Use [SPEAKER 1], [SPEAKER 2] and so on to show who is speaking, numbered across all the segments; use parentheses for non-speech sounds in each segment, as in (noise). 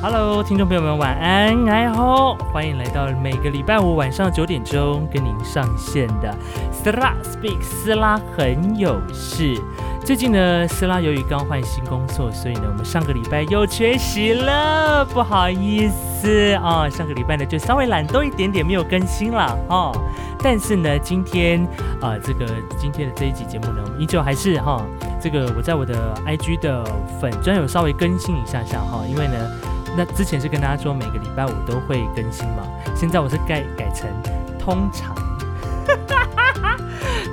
[SPEAKER 1] Hello，听众朋友们，晚安，爱好，欢迎来到每个礼拜五晚上九点钟跟您上线的斯拉 Speak 斯拉很有事。最近呢，斯拉由于刚换新工作，所以呢，我们上个礼拜又缺席了，不好意思啊、上个礼拜呢，就稍微懒惰一点点，没有更新了哦。但是呢，今天啊、这个今天的这一集节目呢，我们依旧还是哈、这个我在我的 IG 的粉专有稍微更新一下下哈、因为呢，那之前是跟大家说每个礼拜五都会更新嘛，现在我是改改成通常。 (laughs)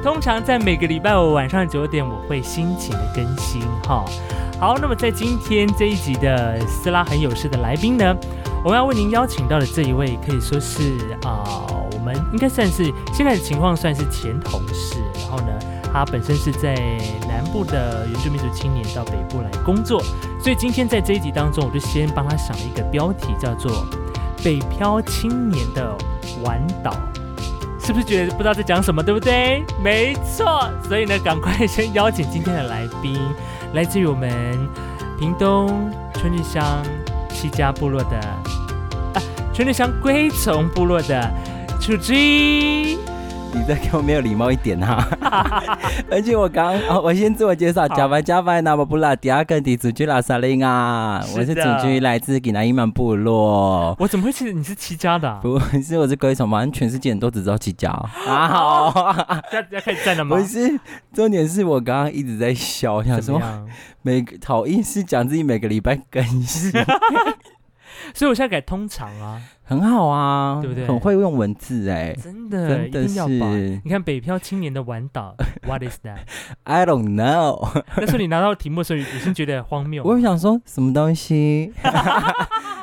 [SPEAKER 1] 通常在每个礼拜五晚上九点，我会辛勤的更新哈。好，那么在今天这一集的斯拉很有事的来宾呢，我们要为您邀请到的这一位，可以说是啊、我们应该算是现在的情况算是前同事，然后呢，他本身是在南部的原住民族青年到北部来工作，所以今天在这一集当中，我就先帮他想了一个标题，叫做“北漂青年的玩岛”。是不是觉得不知道在讲什么，对不对？没错，所以呢，赶快先邀请今天的来宾，来自于我们屏东春日乡七家部落的啊，春日乡龟虫部落的楚之。
[SPEAKER 2] 你再给我没有礼貌一点哈、
[SPEAKER 1] (laughs)
[SPEAKER 2] 而且我刚、哦，我先自我介绍，
[SPEAKER 1] 好
[SPEAKER 2] 加班加班那么啊不拉迪亚根迪祖居拉萨令啊，
[SPEAKER 1] 是的
[SPEAKER 2] 我是祖居，来自吉南伊曼部落。
[SPEAKER 1] 我怎么会记得你是七家的、啊？
[SPEAKER 2] 不是，我是龟虫，反正全世界人都只知道七家
[SPEAKER 1] 哦
[SPEAKER 2] 啊。好，
[SPEAKER 1] 要要开始站了吗
[SPEAKER 2] 不？是，啊重点是我刚刚一直在笑，我想
[SPEAKER 1] 怎么
[SPEAKER 2] 说
[SPEAKER 1] 样？
[SPEAKER 2] 每个好意思讲自己每个礼拜
[SPEAKER 1] (laughs)
[SPEAKER 2] 更新，
[SPEAKER 1] 所以我现在改通常啊，
[SPEAKER 2] 很好啊，
[SPEAKER 1] 对不对
[SPEAKER 2] 很会用文字哎、
[SPEAKER 1] 真的，
[SPEAKER 2] 真的
[SPEAKER 1] 一定要把。
[SPEAKER 2] 是
[SPEAKER 1] 你看北漂青年的玩岛 (laughs) ，What is that？
[SPEAKER 2] i don't know。
[SPEAKER 1] 那时候你拿到题目的时候，已经觉得荒谬。
[SPEAKER 2] 我想说什么东西，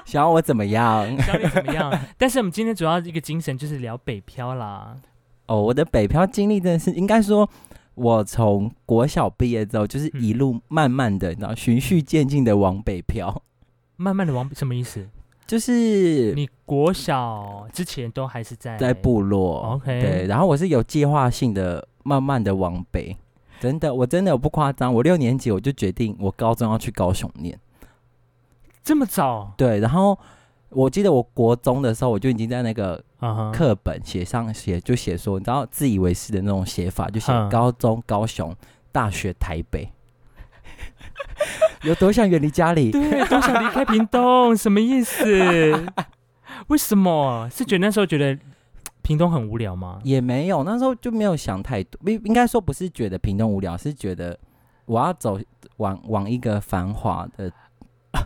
[SPEAKER 2] 想要我怎么样？
[SPEAKER 1] (laughs) 教你怎么样。但是我们今天主要一个精神就是聊北漂啦，
[SPEAKER 2] 哦，我的北漂经历真的是，应该说，我从国小毕业之后，就是一路慢慢的，你知道，循序渐进的往北漂，
[SPEAKER 1] 慢慢的往什么意思？
[SPEAKER 2] 就是
[SPEAKER 1] 你国小之前都还是在
[SPEAKER 2] 在部落。
[SPEAKER 1] OK
[SPEAKER 2] 对，然后我是有计划性的，慢慢的往北。真的，我真的我不夸张，我六年级我就决定我高中要去高雄念。
[SPEAKER 1] 这么早
[SPEAKER 2] 对，然后我记得我国中的时候，我就已经在那个
[SPEAKER 1] 啊哈
[SPEAKER 2] 课本写上写就写说，你知道自以为是的那种写法，就写
[SPEAKER 1] 嗯
[SPEAKER 2] 高中、高雄、大学、台北， (laughs) 有多想远离家里？
[SPEAKER 1] 对，多想离开屏东，什么意
[SPEAKER 2] (laughs)
[SPEAKER 1] 思？为什么？是觉得那时候觉得屏东很无聊吗？
[SPEAKER 2] 也没有，那时候就没有想太多，应应该说不是觉得屏东无聊，是觉得我要走往往一个繁华的。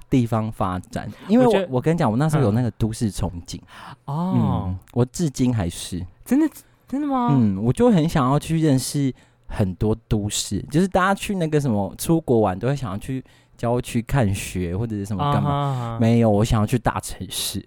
[SPEAKER 2] 地方发展，因为
[SPEAKER 1] 我
[SPEAKER 2] 我
[SPEAKER 1] 觉
[SPEAKER 2] 我
[SPEAKER 1] 得
[SPEAKER 2] 跟你讲，我那时候有
[SPEAKER 1] 嗯
[SPEAKER 2] 那个都市憧憬，
[SPEAKER 1] 哦
[SPEAKER 2] 嗯，，我至今还是，
[SPEAKER 1] 真的真的吗？
[SPEAKER 2] 嗯，我就很想要去认识很多都市，就是大家去那个什么出国玩，都会想要去郊区看雪或者是什么干嘛。
[SPEAKER 1] 嘛
[SPEAKER 2] 没有，我想要去大城市，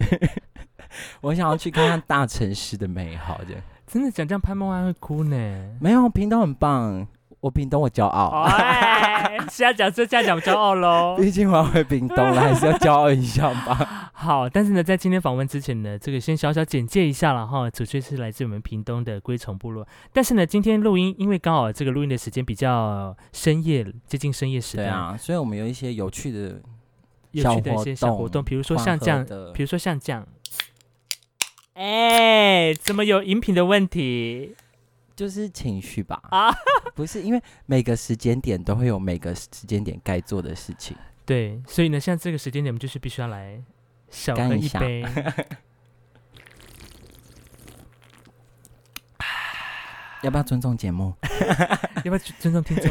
[SPEAKER 2] (laughs) 我想要去看看大城市的美好。这样
[SPEAKER 1] 真的讲这样潘梦安会哭呢。
[SPEAKER 2] 没有，屏东很棒，我屏东我骄傲，
[SPEAKER 1] 哎，现在讲这下讲骄傲 (laughs) 喽。
[SPEAKER 2] (laughs) 毕竟我要回屏东了，还是要骄傲一下
[SPEAKER 1] (laughs)
[SPEAKER 2] 吧。
[SPEAKER 1] 好，但是呢，在今天访问之前呢，这个先小小简介一下了哈。主角是来自我们屏东的龟虫部落，但是呢，今天录音因为刚好这个录音的时间比较深夜，接近深夜时
[SPEAKER 2] 对
[SPEAKER 1] 段，、
[SPEAKER 2] 啊，所以我们有一些有趣的
[SPEAKER 1] 有
[SPEAKER 2] 小
[SPEAKER 1] 趣的一
[SPEAKER 2] 活
[SPEAKER 1] 些小活动，
[SPEAKER 2] 动
[SPEAKER 1] 比如说
[SPEAKER 2] 欢
[SPEAKER 1] 像
[SPEAKER 2] 乐
[SPEAKER 1] 这样，
[SPEAKER 2] 的
[SPEAKER 1] 比如说像这样，哎，怎么有饮品的问题？
[SPEAKER 2] 就是情绪吧。
[SPEAKER 1] 啊 (laughs)
[SPEAKER 2] 啊，不是，因为每个时间点都会有每个时间点该做的事情。
[SPEAKER 1] 对，所以呢，像这个时间点，我们就是必须要来小
[SPEAKER 2] 干
[SPEAKER 1] 喝
[SPEAKER 2] 一
[SPEAKER 1] 一 (laughs)
[SPEAKER 2] 下
[SPEAKER 1] 杯。
[SPEAKER 2] 要不要尊重节目？
[SPEAKER 1] 要不要尊重听 (laughs) 众？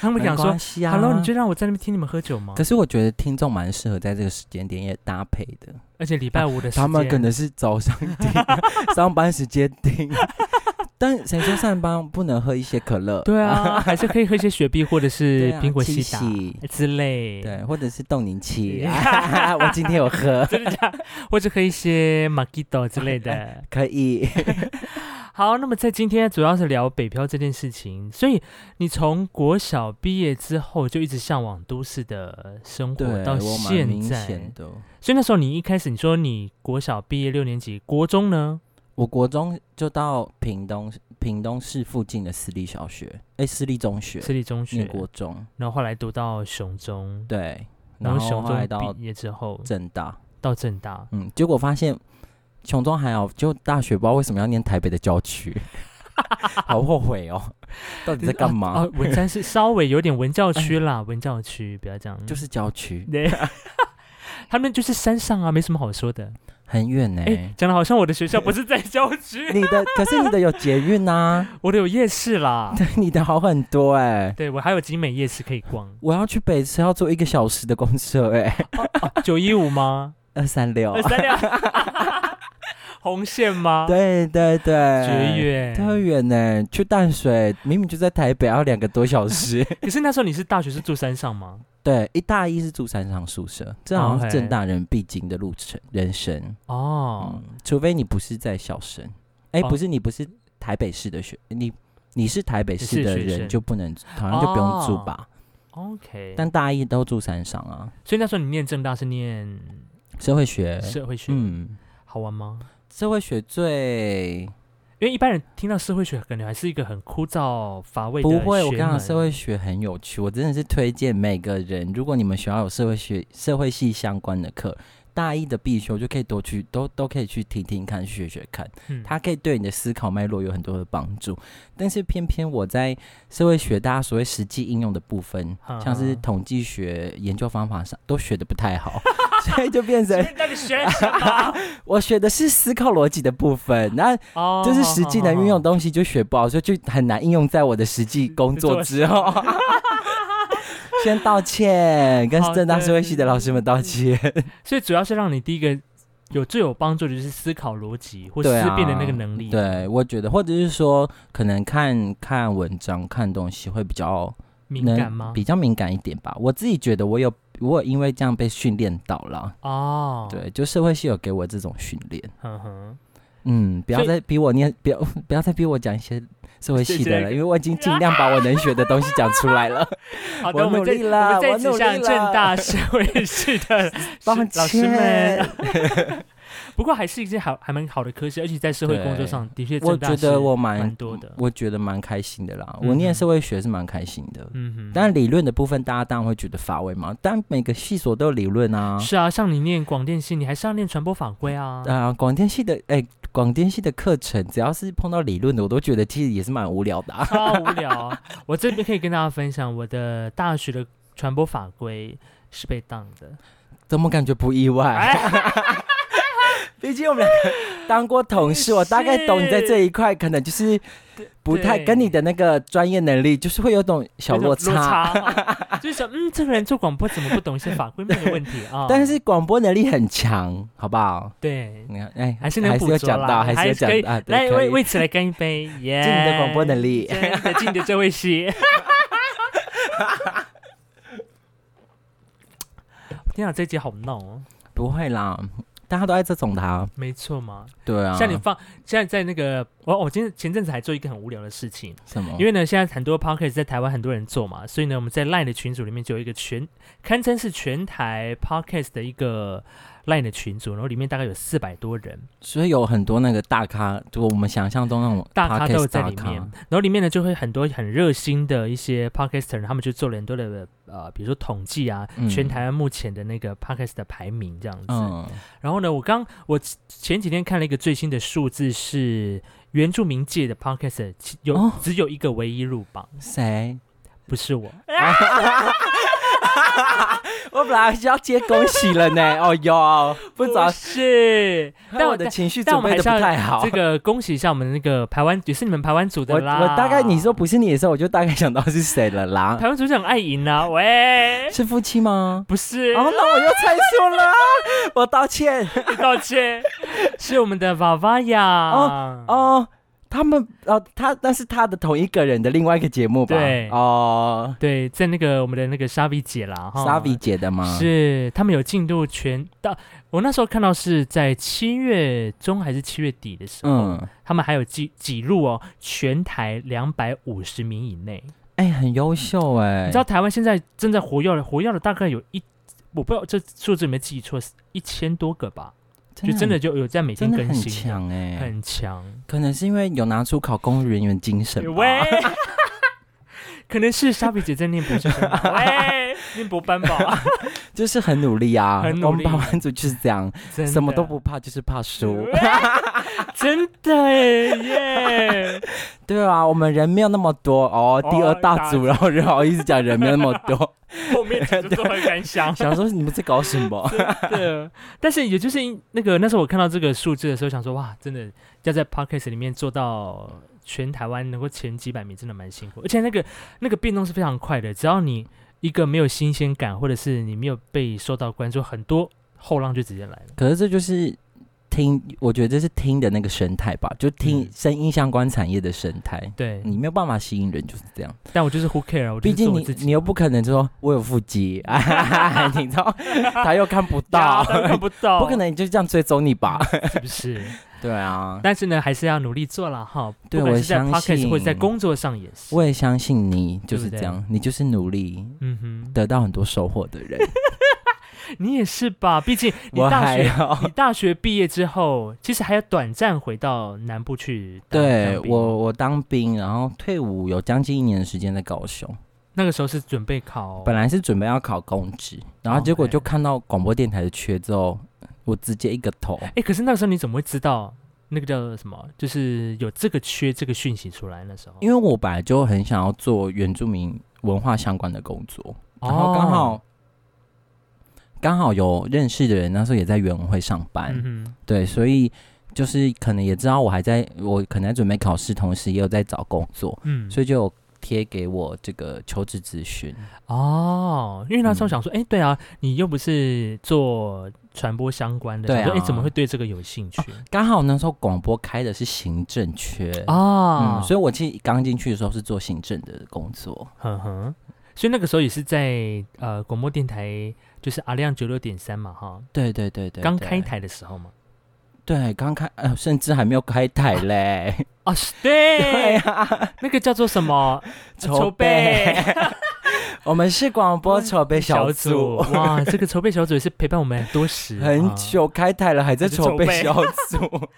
[SPEAKER 1] 他们讲说
[SPEAKER 2] 没关系啊
[SPEAKER 1] ，Hello，你就让我在那边听你们喝酒吗
[SPEAKER 2] 可？是我觉得听众蛮适合在这个时间点也搭配的，
[SPEAKER 1] 而且礼拜五的时间，
[SPEAKER 2] 他们可能是早上听，啊上班时间听。啊但谁说上班不能喝一些可乐？
[SPEAKER 1] (laughs) 对啊，还是可以喝一些雪碧或者是
[SPEAKER 2] (laughs) 对啊
[SPEAKER 1] 苹果西
[SPEAKER 2] 七
[SPEAKER 1] 打
[SPEAKER 2] 喜
[SPEAKER 1] 之类。，。
[SPEAKER 2] 对，或者是冻柠气 (laughs) 我今天有
[SPEAKER 1] (laughs)
[SPEAKER 2] 喝，。
[SPEAKER 1] 真的假的？或者喝一些马吉豆之类的
[SPEAKER 2] (laughs) 可以。
[SPEAKER 1] 好，那么在今天主要是聊北漂这件事情，所以你从国小毕业之后就一直向往都市的生活，
[SPEAKER 2] 对，
[SPEAKER 1] 到
[SPEAKER 2] 我蛮
[SPEAKER 1] 现
[SPEAKER 2] 明
[SPEAKER 1] 在。
[SPEAKER 2] 显的。
[SPEAKER 1] 所以那时候你一开始你说你国小毕业六年级，国中呢？
[SPEAKER 2] 我国中就到屏东屏东市附近的私立小学，哎，私立中学
[SPEAKER 1] 私立中学
[SPEAKER 2] 念，国中，
[SPEAKER 1] 然后后来读到雄中，
[SPEAKER 2] 对，
[SPEAKER 1] 然
[SPEAKER 2] 然
[SPEAKER 1] 后雄
[SPEAKER 2] 后后来到
[SPEAKER 1] 中毕业之后，
[SPEAKER 2] 正大，
[SPEAKER 1] 到正大，
[SPEAKER 2] 嗯，结果发现琼中还好，就大学不知道为什么要念台北的郊区， (laughs) 好后悔
[SPEAKER 1] (laughs)
[SPEAKER 2] 哦，到底在干嘛？
[SPEAKER 1] 啊，啊文山是稍微有点文教
[SPEAKER 2] (laughs)
[SPEAKER 1] 区啦，文教区不要这样，
[SPEAKER 2] 就是郊区，
[SPEAKER 1] 对， (laughs) 他们就是山上啊，没什么好说的。
[SPEAKER 2] 很远呢、
[SPEAKER 1] 哎，讲的好像我的学校不是在郊区，
[SPEAKER 2] (laughs)
[SPEAKER 1] (laughs)
[SPEAKER 2] 你的可是你的有捷运啊， (laughs)
[SPEAKER 1] 我的有夜市啦，
[SPEAKER 2] 对，你的好很多哎、
[SPEAKER 1] 对我还有景美夜市可以逛。
[SPEAKER 2] 我要去北车要坐一个小时的公车哎、 (laughs)
[SPEAKER 1] 九一五吗？
[SPEAKER 2] 二三六
[SPEAKER 1] 二，三两，
[SPEAKER 2] (laughs)
[SPEAKER 1] 红线吗？，
[SPEAKER 2] 对对对，
[SPEAKER 1] 绝
[SPEAKER 2] 特
[SPEAKER 1] 远。
[SPEAKER 2] 远呢、去淡水明明就在台北，还要两个多
[SPEAKER 1] (laughs)
[SPEAKER 2] 小时。
[SPEAKER 1] 可是那时候你是大学是住山上吗？
[SPEAKER 2] 对，一大一是住山上宿舍，这好像
[SPEAKER 1] OK
[SPEAKER 2] 是正大人必经的路程人生。
[SPEAKER 1] 哦，
[SPEAKER 2] 嗯，除非你不是在小生，哎、
[SPEAKER 1] 哦
[SPEAKER 2] 不是你不是台北市的学，你你是台北市
[SPEAKER 1] 是
[SPEAKER 2] 的
[SPEAKER 1] 学生哦
[SPEAKER 2] 人就不能，好像就不用住吧？
[SPEAKER 1] OK，
[SPEAKER 2] 但大一都住山上啊，
[SPEAKER 1] 所以那时候你念正大是念
[SPEAKER 2] 社会学，
[SPEAKER 1] 社会学，
[SPEAKER 2] 嗯，
[SPEAKER 1] 好玩吗？
[SPEAKER 2] 社会学最
[SPEAKER 1] 因为一般人听到社会学，感觉还是一个很枯燥乏味的
[SPEAKER 2] 不会，
[SPEAKER 1] 学
[SPEAKER 2] 我跟你讲，
[SPEAKER 1] 门
[SPEAKER 2] 社会学很有趣，我真的是推荐每个人，如果你们学校有社会学、社会系相关的课，大一的必修就可以多去，都都可以去听听看、学学看，
[SPEAKER 1] 嗯
[SPEAKER 2] 它可以对你的思考脉络有很多的帮助。但是偏偏我在社会学大家所谓实际应用的部分，像是
[SPEAKER 1] 嗯
[SPEAKER 2] 统计学、研究方法上都学的不太好，
[SPEAKER 1] (laughs)
[SPEAKER 2] 所以就变
[SPEAKER 1] 所
[SPEAKER 2] 成
[SPEAKER 1] 以到底学了什
[SPEAKER 2] (laughs)
[SPEAKER 1] 么？
[SPEAKER 2] 我学的是思考逻辑的部分，那
[SPEAKER 1] 哦
[SPEAKER 2] 就是实际能运用的
[SPEAKER 1] 到
[SPEAKER 2] 东西就学不好，所以就很难应用在我的实际工作之
[SPEAKER 1] 哦
[SPEAKER 2] 后。 (laughs) 先道歉，跟
[SPEAKER 1] 好的
[SPEAKER 2] 正大社会系的老师们道歉。
[SPEAKER 1] 哦所以主要是让你第一个有最有帮助的就是思考逻辑或思
[SPEAKER 2] 对啊
[SPEAKER 1] 辨的那个能力。
[SPEAKER 2] 对，我觉得，或者是说，可能看看文章、看东西会比较
[SPEAKER 1] 敏
[SPEAKER 2] 能
[SPEAKER 1] 感吗？
[SPEAKER 2] 比较敏感一点吧。我自己觉得，我有我有因为这样被训练到了。
[SPEAKER 1] 哦，，
[SPEAKER 2] 对，就社会系有给我这种训练。
[SPEAKER 1] 哼哼，
[SPEAKER 2] 嗯，不要
[SPEAKER 1] 所以
[SPEAKER 2] 再逼我念， (laughs) 不要不要再逼我讲一些社会
[SPEAKER 1] 是
[SPEAKER 2] 系
[SPEAKER 1] 这
[SPEAKER 2] 的了，
[SPEAKER 1] 个
[SPEAKER 2] 因为我已经尽量把我能学的东西讲出
[SPEAKER 1] (laughs)
[SPEAKER 2] 来了。
[SPEAKER 1] 好的，我
[SPEAKER 2] 我
[SPEAKER 1] 们
[SPEAKER 2] 努
[SPEAKER 1] 这
[SPEAKER 2] 力啦
[SPEAKER 1] 我们这一
[SPEAKER 2] 我努
[SPEAKER 1] 次
[SPEAKER 2] 力
[SPEAKER 1] 向正
[SPEAKER 2] 啦
[SPEAKER 1] 大社会系的
[SPEAKER 2] (laughs) 抱歉，
[SPEAKER 1] 老师们，不过还是一件好还蛮好的科系，而且在社会工作上的确，
[SPEAKER 2] 我觉得我蛮
[SPEAKER 1] 蛮多的。
[SPEAKER 2] 我觉得蛮开心的啦。
[SPEAKER 1] 嗯
[SPEAKER 2] 我念
[SPEAKER 1] 哼
[SPEAKER 2] 社会学是蛮开心的，
[SPEAKER 1] 嗯哼，
[SPEAKER 2] 但理论的部分大家当然会觉得乏味嘛。但每个系所都有理论啊，
[SPEAKER 1] 是啊，像你念广电系，你还是要念传播法规啊。
[SPEAKER 2] 啊，广电系的哎，广电系的课程只要是碰到理论的，我都觉得其实也是蛮无聊的、啊。
[SPEAKER 1] 超无聊。 (laughs) 我这边可以跟大家分享，我的大学的传播法规是被当的。
[SPEAKER 2] 怎么感觉不意外？
[SPEAKER 1] 哎，
[SPEAKER 2] 毕竟我们两个当过同事，我大概懂你在这一块可能就是不太
[SPEAKER 1] 对
[SPEAKER 2] 跟你的那个专业能力，就是会有种小落差。
[SPEAKER 1] 落差就是想，嗯，这个人做广播怎么不懂一些法规面的问题啊？
[SPEAKER 2] (laughs) 但是广播能力很强，好不好？
[SPEAKER 1] 对，
[SPEAKER 2] 你看，哎，
[SPEAKER 1] 还是能捕
[SPEAKER 2] 有
[SPEAKER 1] 捉
[SPEAKER 2] 讲
[SPEAKER 1] 啦，
[SPEAKER 2] 到，还是有讲
[SPEAKER 1] 可以
[SPEAKER 2] 到啊，对
[SPEAKER 1] 来
[SPEAKER 2] 可以
[SPEAKER 1] 为为此来干一杯，耶！
[SPEAKER 2] 尽你的广播能力
[SPEAKER 1] 真的尽你的这位
[SPEAKER 2] (laughs)
[SPEAKER 1] 戏。天啊，这一集好闹哦，
[SPEAKER 2] 不会啦，大家都爱这种的、啊，
[SPEAKER 1] 没错嘛。
[SPEAKER 2] 对啊，
[SPEAKER 1] 像你放现在在那个，我我今天前阵子还做一个很无聊的事情，
[SPEAKER 2] 什么？
[SPEAKER 1] 因
[SPEAKER 2] 为
[SPEAKER 1] 为呢，现在很多 p o c k e t 在台湾很多人做嘛，所以呢，我们在 Line 的群组里面就有一个全堪称是全台 p o c k e t 的一个 Line 的群组，然后里面大概有四百多人，
[SPEAKER 2] 所以有很多那个大咖，就我们想象中那种
[SPEAKER 1] 大咖
[SPEAKER 2] podcast
[SPEAKER 1] 都有在
[SPEAKER 2] 大
[SPEAKER 1] 里面
[SPEAKER 2] 咖。
[SPEAKER 1] 然后里面呢，就会很多很热心的一些 p o d c a s t e r 他们就做了很多的呃，比如说统计啊，
[SPEAKER 2] 嗯
[SPEAKER 1] 全台湾目前的那个 p o d c a s t 的排名这样子。
[SPEAKER 2] 嗯，
[SPEAKER 1] 然后呢，我刚我前几天看了一个最新的数字是。原住民界的 podcast 其有、
[SPEAKER 2] 哦
[SPEAKER 1] 只有一个唯一入榜，
[SPEAKER 2] 谁？
[SPEAKER 1] 不是我，
[SPEAKER 2] 我本来是要接恭喜了呢，哦哟， (laughs) 不早
[SPEAKER 1] 不，哦
[SPEAKER 2] (laughs)
[SPEAKER 1] 是。
[SPEAKER 2] 但
[SPEAKER 1] 但
[SPEAKER 2] 我
[SPEAKER 1] 我
[SPEAKER 2] 的
[SPEAKER 1] 的
[SPEAKER 2] 情绪
[SPEAKER 1] 但我
[SPEAKER 2] 准
[SPEAKER 1] 们还
[SPEAKER 2] 备的
[SPEAKER 1] 是要
[SPEAKER 2] 不太好
[SPEAKER 1] 这。个恭喜一下我们的那个台湾，也是你们台湾组
[SPEAKER 2] 我
[SPEAKER 1] 的啦。
[SPEAKER 2] 我大概你说不是你的时候，我就大概想到是谁了啦。
[SPEAKER 1] (laughs) 台湾组长爱赢
[SPEAKER 2] (laughs)
[SPEAKER 1] 啊，喂，
[SPEAKER 2] 是夫
[SPEAKER 1] (laughs)
[SPEAKER 2] 妻吗？
[SPEAKER 1] 不是，
[SPEAKER 2] 哦，那我又猜错了， (laughs) 我道歉。
[SPEAKER 1] 你道
[SPEAKER 2] (laughs)
[SPEAKER 1] 歉，是我们的娃娃呀。
[SPEAKER 2] 哦哦，他们哦，他那是他的同一个人的另外一个节目吧？
[SPEAKER 1] 对
[SPEAKER 2] 哦，
[SPEAKER 1] 对，在那个我们的那个莎比姐啦，哈，
[SPEAKER 2] 莎比姐的吗？，
[SPEAKER 1] 哦是他们有进度全到，我那时候看到是在七月中还是七月底的时候，
[SPEAKER 2] 嗯，
[SPEAKER 1] 他们还有记记录哦，全台两百五十名以内。
[SPEAKER 2] 哎、很优秀哎、
[SPEAKER 1] 你知道台湾现在正在活跃的活跃的大概有一，我不知道这数字有没有记错，一千多个吧，就真的就有在每天
[SPEAKER 2] 真的
[SPEAKER 1] 更
[SPEAKER 2] 很
[SPEAKER 1] 新的，
[SPEAKER 2] 强哎、
[SPEAKER 1] 很强。
[SPEAKER 2] 可能是因为有拿出考公务人员精神吧。
[SPEAKER 1] 喂， (laughs) 可能是莎比姐在念博士生吧，喂，念博班
[SPEAKER 2] (laughs)
[SPEAKER 1] 吧，
[SPEAKER 2] 就是很努力啊，
[SPEAKER 1] 很努力
[SPEAKER 2] 我们班班组就是这样，
[SPEAKER 1] 真的
[SPEAKER 2] 什么都不怕，就是怕输。
[SPEAKER 1] (laughs) 真的耶耶！
[SPEAKER 2] 对啊，我们人没有那么多哦，第二大组，然后人好意思讲人没有那么多，
[SPEAKER 1] (laughs) 后面几组都很敢 (laughs) 想，
[SPEAKER 2] 想说你们在搞什么？
[SPEAKER 1] 对，但是也就是因那个那时候我看到这个数字的时候，想说哇，真的要在 podcast 里面做到全台湾能够前几百名，真的蛮辛苦。而且那个那个变动是非常快的，只要你一个没有新鲜感，或者是你没有被受到关注，很多后浪就直接来了。
[SPEAKER 2] 可是这就是听，我觉得这是听的那个生态吧，就听
[SPEAKER 1] 嗯
[SPEAKER 2] 声音相关产业的生态。
[SPEAKER 1] 对，
[SPEAKER 2] 你没有办法吸引人，就是这样。
[SPEAKER 1] 但我就是 who care，我就
[SPEAKER 2] 毕
[SPEAKER 1] 是做
[SPEAKER 2] 竟
[SPEAKER 1] 我
[SPEAKER 2] 你
[SPEAKER 1] 自己。
[SPEAKER 2] 你又不可能说我有腹肌， (laughs) 啊、你
[SPEAKER 1] (laughs)
[SPEAKER 2] 知道他又看不到
[SPEAKER 1] 呀，当然 (laughs) 看不到，
[SPEAKER 2] 不可能你就这样追踪
[SPEAKER 1] (laughs)
[SPEAKER 2] 你吧？
[SPEAKER 1] 是不是？
[SPEAKER 2] 对啊，
[SPEAKER 1] 但是呢，还是要努力做了哈。
[SPEAKER 2] 对
[SPEAKER 1] 不管
[SPEAKER 2] 我
[SPEAKER 1] 是在
[SPEAKER 2] 相
[SPEAKER 1] podcast
[SPEAKER 2] 信
[SPEAKER 1] 或者在工作上也是。
[SPEAKER 2] 我也相信你就是
[SPEAKER 1] 对不对
[SPEAKER 2] 这样，你就是努力
[SPEAKER 1] 嗯哼，
[SPEAKER 2] 得到很多收获的人。
[SPEAKER 1] 你也是
[SPEAKER 2] (laughs)
[SPEAKER 1] 吧？毕竟 (laughs) 你
[SPEAKER 2] 我
[SPEAKER 1] 大
[SPEAKER 2] 还
[SPEAKER 1] 学
[SPEAKER 2] 要
[SPEAKER 1] 你大学毕业之后，其实还要短暂回到南部去当。
[SPEAKER 2] 对
[SPEAKER 1] 当兵
[SPEAKER 2] 我我当兵，然后退伍有将近一年的时间在高雄，
[SPEAKER 1] 那个时候是准备考，
[SPEAKER 2] 本来是准备要考公职，然后结果
[SPEAKER 1] OK
[SPEAKER 2] 就看到广播电台的缺之后，我直接一个头。
[SPEAKER 1] 哎，可是那个时候你怎么会知道那个叫什么？就是有这个缺这个讯息出来那时候，
[SPEAKER 2] 因为我本来就很想要做原住民文化相关的工作，然后刚好、
[SPEAKER 1] 哦，
[SPEAKER 2] 刚好有认识的人，那时候也在原文会上班，
[SPEAKER 1] 嗯哼，
[SPEAKER 2] 对，所以就是可能也知道我还在我可能在准备考试，同时也有在找工作，
[SPEAKER 1] 嗯，
[SPEAKER 2] 所以就有贴给我这个求职资讯。
[SPEAKER 1] 哦，因为那时候
[SPEAKER 2] 嗯
[SPEAKER 1] 想说，哎，对啊，你又不是做传播相关的，
[SPEAKER 2] 对
[SPEAKER 1] 想说
[SPEAKER 2] 啊
[SPEAKER 1] 哎，怎么会对这个有兴趣？
[SPEAKER 2] 刚好那时候广播开的是行政缺。
[SPEAKER 1] 哦，
[SPEAKER 2] 嗯，所以我其实刚进去的时候是做行政的工作，
[SPEAKER 1] 哼哼，所以那个时候也是在呃广播电台，就是阿亮九六点三嘛，哈，
[SPEAKER 2] 对对对对，
[SPEAKER 1] 刚
[SPEAKER 2] 对
[SPEAKER 1] 开，台的时候嘛。
[SPEAKER 2] 对，刚开，呃，甚至还没有开台 (laughs) 嘞，
[SPEAKER 1] 哦，是对，
[SPEAKER 2] (laughs) 对啊，
[SPEAKER 1] 那个叫做什么
[SPEAKER 2] 筹备， (laughs) 我们是广播筹备小组，
[SPEAKER 1] 哇，这个筹备小组也是陪伴我们很多时啊
[SPEAKER 2] 很，久开台了，还在
[SPEAKER 1] 还在筹
[SPEAKER 2] 筹备
[SPEAKER 1] 备
[SPEAKER 2] 小 (laughs) 组，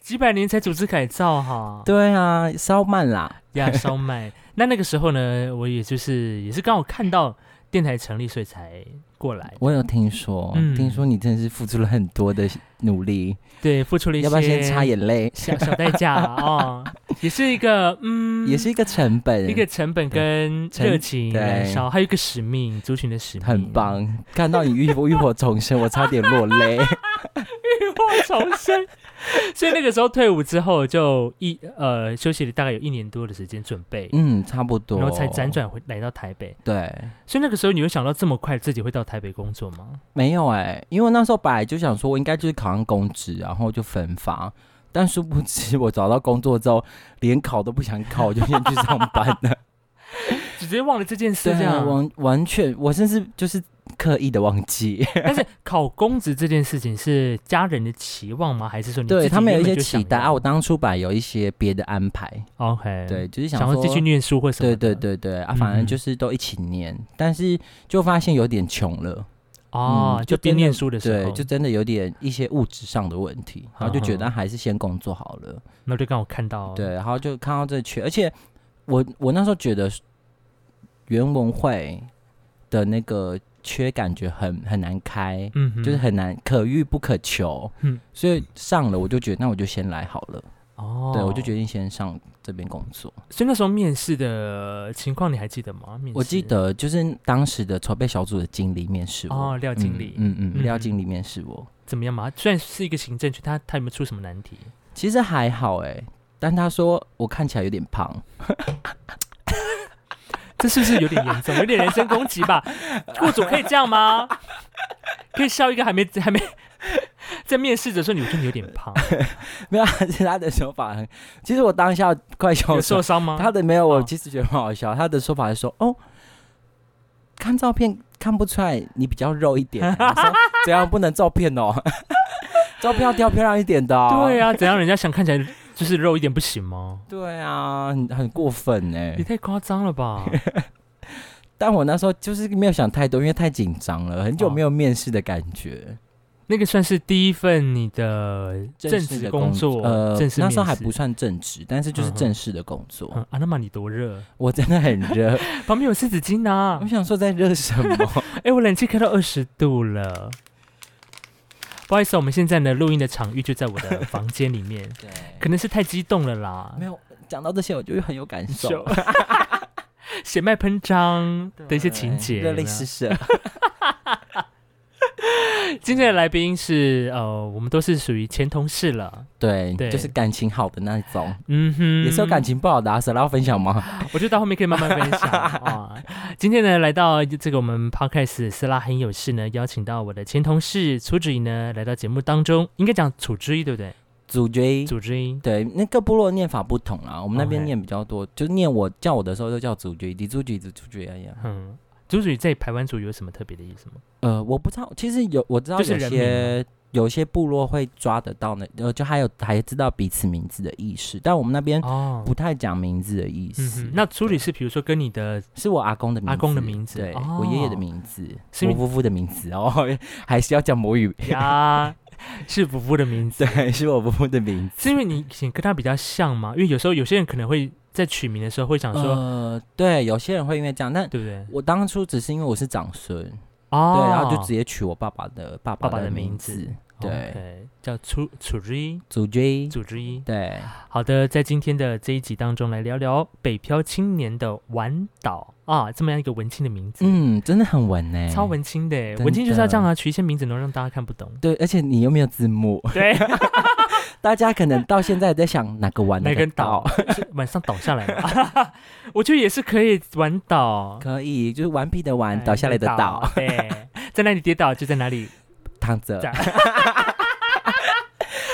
[SPEAKER 1] 几百年才组织改造哈。
[SPEAKER 2] 对啊，稍慢啦，
[SPEAKER 1] 呀，烧麦。 (laughs) 那那个时候呢，我也就是也是刚好看到电台成立，所以才过来。
[SPEAKER 2] 我有听说，
[SPEAKER 1] 嗯
[SPEAKER 2] 听说你真的是付出了很多的努力，
[SPEAKER 1] 对，付出了一些
[SPEAKER 2] 要不要先擦眼泪？
[SPEAKER 1] 小小代价啊、
[SPEAKER 2] (laughs)
[SPEAKER 1] 哦，也是一个嗯，
[SPEAKER 2] 也是一个成本，
[SPEAKER 1] 一个成本跟
[SPEAKER 2] 成
[SPEAKER 1] 热情
[SPEAKER 2] 对
[SPEAKER 1] 燃烧，还有一个使命，族群的使命，
[SPEAKER 2] 很，棒，看到你浴火浴火重生，我差点落泪。
[SPEAKER 1] 浴火重生。 (laughs) 所以那个时候退伍之后，就一呃休息了大概有一年多的时间准备，
[SPEAKER 2] 嗯，差不多，
[SPEAKER 1] 然后才辗。转回来到台北。
[SPEAKER 2] 对，
[SPEAKER 1] 所以那个时候你会想到这么快自己会到台北工作吗？
[SPEAKER 2] 没有哎、因为那时候本来就想说，我应该就是考上公职，然后就分发。但殊不知，我找到工作之后，连考都不想考，我就先去上班
[SPEAKER 1] (laughs)
[SPEAKER 2] 了。
[SPEAKER 1] 直接忘了这件事
[SPEAKER 2] 对
[SPEAKER 1] 这
[SPEAKER 2] 啊，
[SPEAKER 1] 样。
[SPEAKER 2] 完完全，我甚至就是刻意的忘记。
[SPEAKER 1] (laughs) 但是考公职这件事情是家人的期望吗？还是说你
[SPEAKER 2] 对
[SPEAKER 1] 自己
[SPEAKER 2] 他们有
[SPEAKER 1] 原
[SPEAKER 2] 一
[SPEAKER 1] 本
[SPEAKER 2] 些
[SPEAKER 1] 就想
[SPEAKER 2] 期待啊，
[SPEAKER 1] 要
[SPEAKER 2] 我当初本来有一些别的安排，
[SPEAKER 1] OK，，
[SPEAKER 2] 对，就是
[SPEAKER 1] 想
[SPEAKER 2] 说
[SPEAKER 1] 要继续念书或什么
[SPEAKER 2] 对
[SPEAKER 1] 的。
[SPEAKER 2] 对对对啊，反
[SPEAKER 1] 嗯
[SPEAKER 2] 正
[SPEAKER 1] 嗯
[SPEAKER 2] 就是都一起念，但是就发现有点穷了，
[SPEAKER 1] 哦，
[SPEAKER 2] 嗯
[SPEAKER 1] 就
[SPEAKER 2] 就
[SPEAKER 1] 边
[SPEAKER 2] 真的
[SPEAKER 1] 念书的时候，嗯
[SPEAKER 2] 对，就真的有点一些物质上的问题，然后就觉得还是先工作好了，
[SPEAKER 1] 那就刚好看到
[SPEAKER 2] 对，然后就看到这缺，而且我我那时候觉得原文会的那个缺感觉很很难开，
[SPEAKER 1] 嗯哼，
[SPEAKER 2] 就是很难可遇不可求，
[SPEAKER 1] 嗯
[SPEAKER 2] 所以上了我就觉得那我就先来好了，
[SPEAKER 1] 哦，
[SPEAKER 2] 对我就决定先上这边工作。
[SPEAKER 1] 所以那时候面试的情况你还记得吗？面试
[SPEAKER 2] 我记得就是当时的筹备小组的经理面试我，
[SPEAKER 1] 哦，廖经理、
[SPEAKER 2] 嗯嗯
[SPEAKER 1] 嗯
[SPEAKER 2] 嗯，廖经理面试我，
[SPEAKER 1] 怎么样嘛？虽然是一个行政区，他他有没有出什么难题？
[SPEAKER 2] 其实还好哎、但他说我看起来有点胖， (laughs)
[SPEAKER 1] 这是不是有点严重？有点人身攻击吧？雇主可以这样吗？可以笑一个还没还没在面试的时候，你我觉得你有点
[SPEAKER 2] (laughs)
[SPEAKER 1] 胖，
[SPEAKER 2] 没有，是他的手法很。其实我当下快笑
[SPEAKER 1] 有受
[SPEAKER 2] 死，
[SPEAKER 1] 伤吗？
[SPEAKER 2] 他的没有，
[SPEAKER 1] 哦
[SPEAKER 2] 我其实觉得很好笑。他的说法是说，哦，看照片看不出来你比较肉一点，啊我
[SPEAKER 1] (laughs)
[SPEAKER 2] 说这样不能照片哦， (laughs) 照片要挑漂亮一点的、哦。
[SPEAKER 1] 对，啊，怎样人家想看起来就是肉一点不行吗？
[SPEAKER 2] 对啊，很很过分哎、
[SPEAKER 1] 也太夸张了吧！
[SPEAKER 2] 但我那时候就是没有想太多，因为太紧张了，很久
[SPEAKER 1] 哦
[SPEAKER 2] 没有面试的感觉。
[SPEAKER 1] 那个算是第一份你的正
[SPEAKER 2] 式
[SPEAKER 1] 职
[SPEAKER 2] 的
[SPEAKER 1] 工作，
[SPEAKER 2] 呃，
[SPEAKER 1] 正式
[SPEAKER 2] 那时候
[SPEAKER 1] 面
[SPEAKER 2] 还
[SPEAKER 1] 试
[SPEAKER 2] 不。算正职，但是就是
[SPEAKER 1] 嗯哼
[SPEAKER 2] 正式的工作。
[SPEAKER 1] 嗯，阿那玛你多热，
[SPEAKER 2] 我真的很 (laughs) 热，
[SPEAKER 1] 旁边有湿纸巾呢、
[SPEAKER 2] 我想说在热什么？
[SPEAKER 1] 哎、我冷气开到二十度了。不好意思，我们现在呢录音的场域就在我的房间里
[SPEAKER 2] (laughs)
[SPEAKER 1] 面，
[SPEAKER 2] 对，啊
[SPEAKER 1] 可能是太激动了啦
[SPEAKER 2] 没，有讲到这些，我就会很有感受
[SPEAKER 1] 就血脉喷张的一些情
[SPEAKER 2] (laughs) 对
[SPEAKER 1] 节。
[SPEAKER 2] 热
[SPEAKER 1] 有没
[SPEAKER 2] 力
[SPEAKER 1] 有
[SPEAKER 2] 四射。
[SPEAKER 1] 今天的来宾是呃，我们都是属于前同事了，
[SPEAKER 2] (laughs) 对，
[SPEAKER 1] 对
[SPEAKER 2] 就是感情好的那一种，
[SPEAKER 1] 嗯哼，
[SPEAKER 2] 也是有感情不好的啊，谁要分享吗？
[SPEAKER 1] 我觉得到后面可以慢慢分
[SPEAKER 2] (laughs)
[SPEAKER 1] 享啊。今天呢，来到这个我们 podcast 斯拉很有事呢，邀请到我的前同事楚之怡呢来到节目当中，应该讲楚之怡对不对？
[SPEAKER 2] 主角
[SPEAKER 1] 楚之怡，
[SPEAKER 2] 对，那各部落念法不同啊，我们那边
[SPEAKER 1] OK
[SPEAKER 2] 念比较多，就念我叫我的时候就叫主角，李主角，李主角而已啊。
[SPEAKER 1] 嗯，楚之怡在台湾族有什么特别的意思吗？
[SPEAKER 2] 呃，我不知道，其实有我知道
[SPEAKER 1] 就是
[SPEAKER 2] 有
[SPEAKER 1] 人
[SPEAKER 2] 些有些部落会抓得到那，呃，就还有还知道彼此名字的意识，但我们那边
[SPEAKER 1] 哦
[SPEAKER 2] 嗯不。太讲名字的意
[SPEAKER 1] 嗯
[SPEAKER 2] 思。
[SPEAKER 1] 哼，那楚之怡是比如说跟你的
[SPEAKER 2] 是我阿公的名字，
[SPEAKER 1] 阿公的名字
[SPEAKER 2] 对、
[SPEAKER 1] 哦
[SPEAKER 2] 我爷爷的名字，
[SPEAKER 1] 是因
[SPEAKER 2] 我
[SPEAKER 1] 为
[SPEAKER 2] 夫妇的名字哦， (laughs) 还是要讲母语。 (laughs)
[SPEAKER 1] 呀，是夫妇的名字，
[SPEAKER 2] 对，是我夫妇的名字。
[SPEAKER 1] 是因为你以前跟他比较像吗？因为有时候有些人可能会在取名的时候会想说，
[SPEAKER 2] 呃，对，有些人会因为这样，但
[SPEAKER 1] 对不对？
[SPEAKER 2] 我当初只是因为我是长孙，
[SPEAKER 1] 哦，
[SPEAKER 2] 对，然后就直接取我爸爸的爸
[SPEAKER 1] 爸爸
[SPEAKER 2] 的
[SPEAKER 1] 的名
[SPEAKER 2] 名
[SPEAKER 1] 字
[SPEAKER 2] 字，对，
[SPEAKER 1] OK，叫楚楚之怡，
[SPEAKER 2] 祖君，
[SPEAKER 1] 楚之怡。
[SPEAKER 2] 对，
[SPEAKER 1] 好的，在今天的这一集当中，来聊聊北漂青年的晚岛啊，这么样一个文青的名字，
[SPEAKER 2] 嗯，真的很文呢，
[SPEAKER 1] 超。文青的耶，
[SPEAKER 2] 真
[SPEAKER 1] 文青就是要
[SPEAKER 2] 的
[SPEAKER 1] 这样啊，取一些名字能让大家看不懂。
[SPEAKER 2] 对，而且你又没有字幕， (laughs)
[SPEAKER 1] 对，
[SPEAKER 2] 大家可能到现在在想哪个玩
[SPEAKER 1] 哪
[SPEAKER 2] 个
[SPEAKER 1] 根岛？是晚上倒下来嘛， (laughs) 我觉得也是可以晚岛，
[SPEAKER 2] (laughs) 可以，就是顽皮的
[SPEAKER 1] 哎
[SPEAKER 2] 顽，倒下来的倒，，
[SPEAKER 1] 对，在哪里跌倒就在哪里，
[SPEAKER 2] 躺着
[SPEAKER 1] 这样，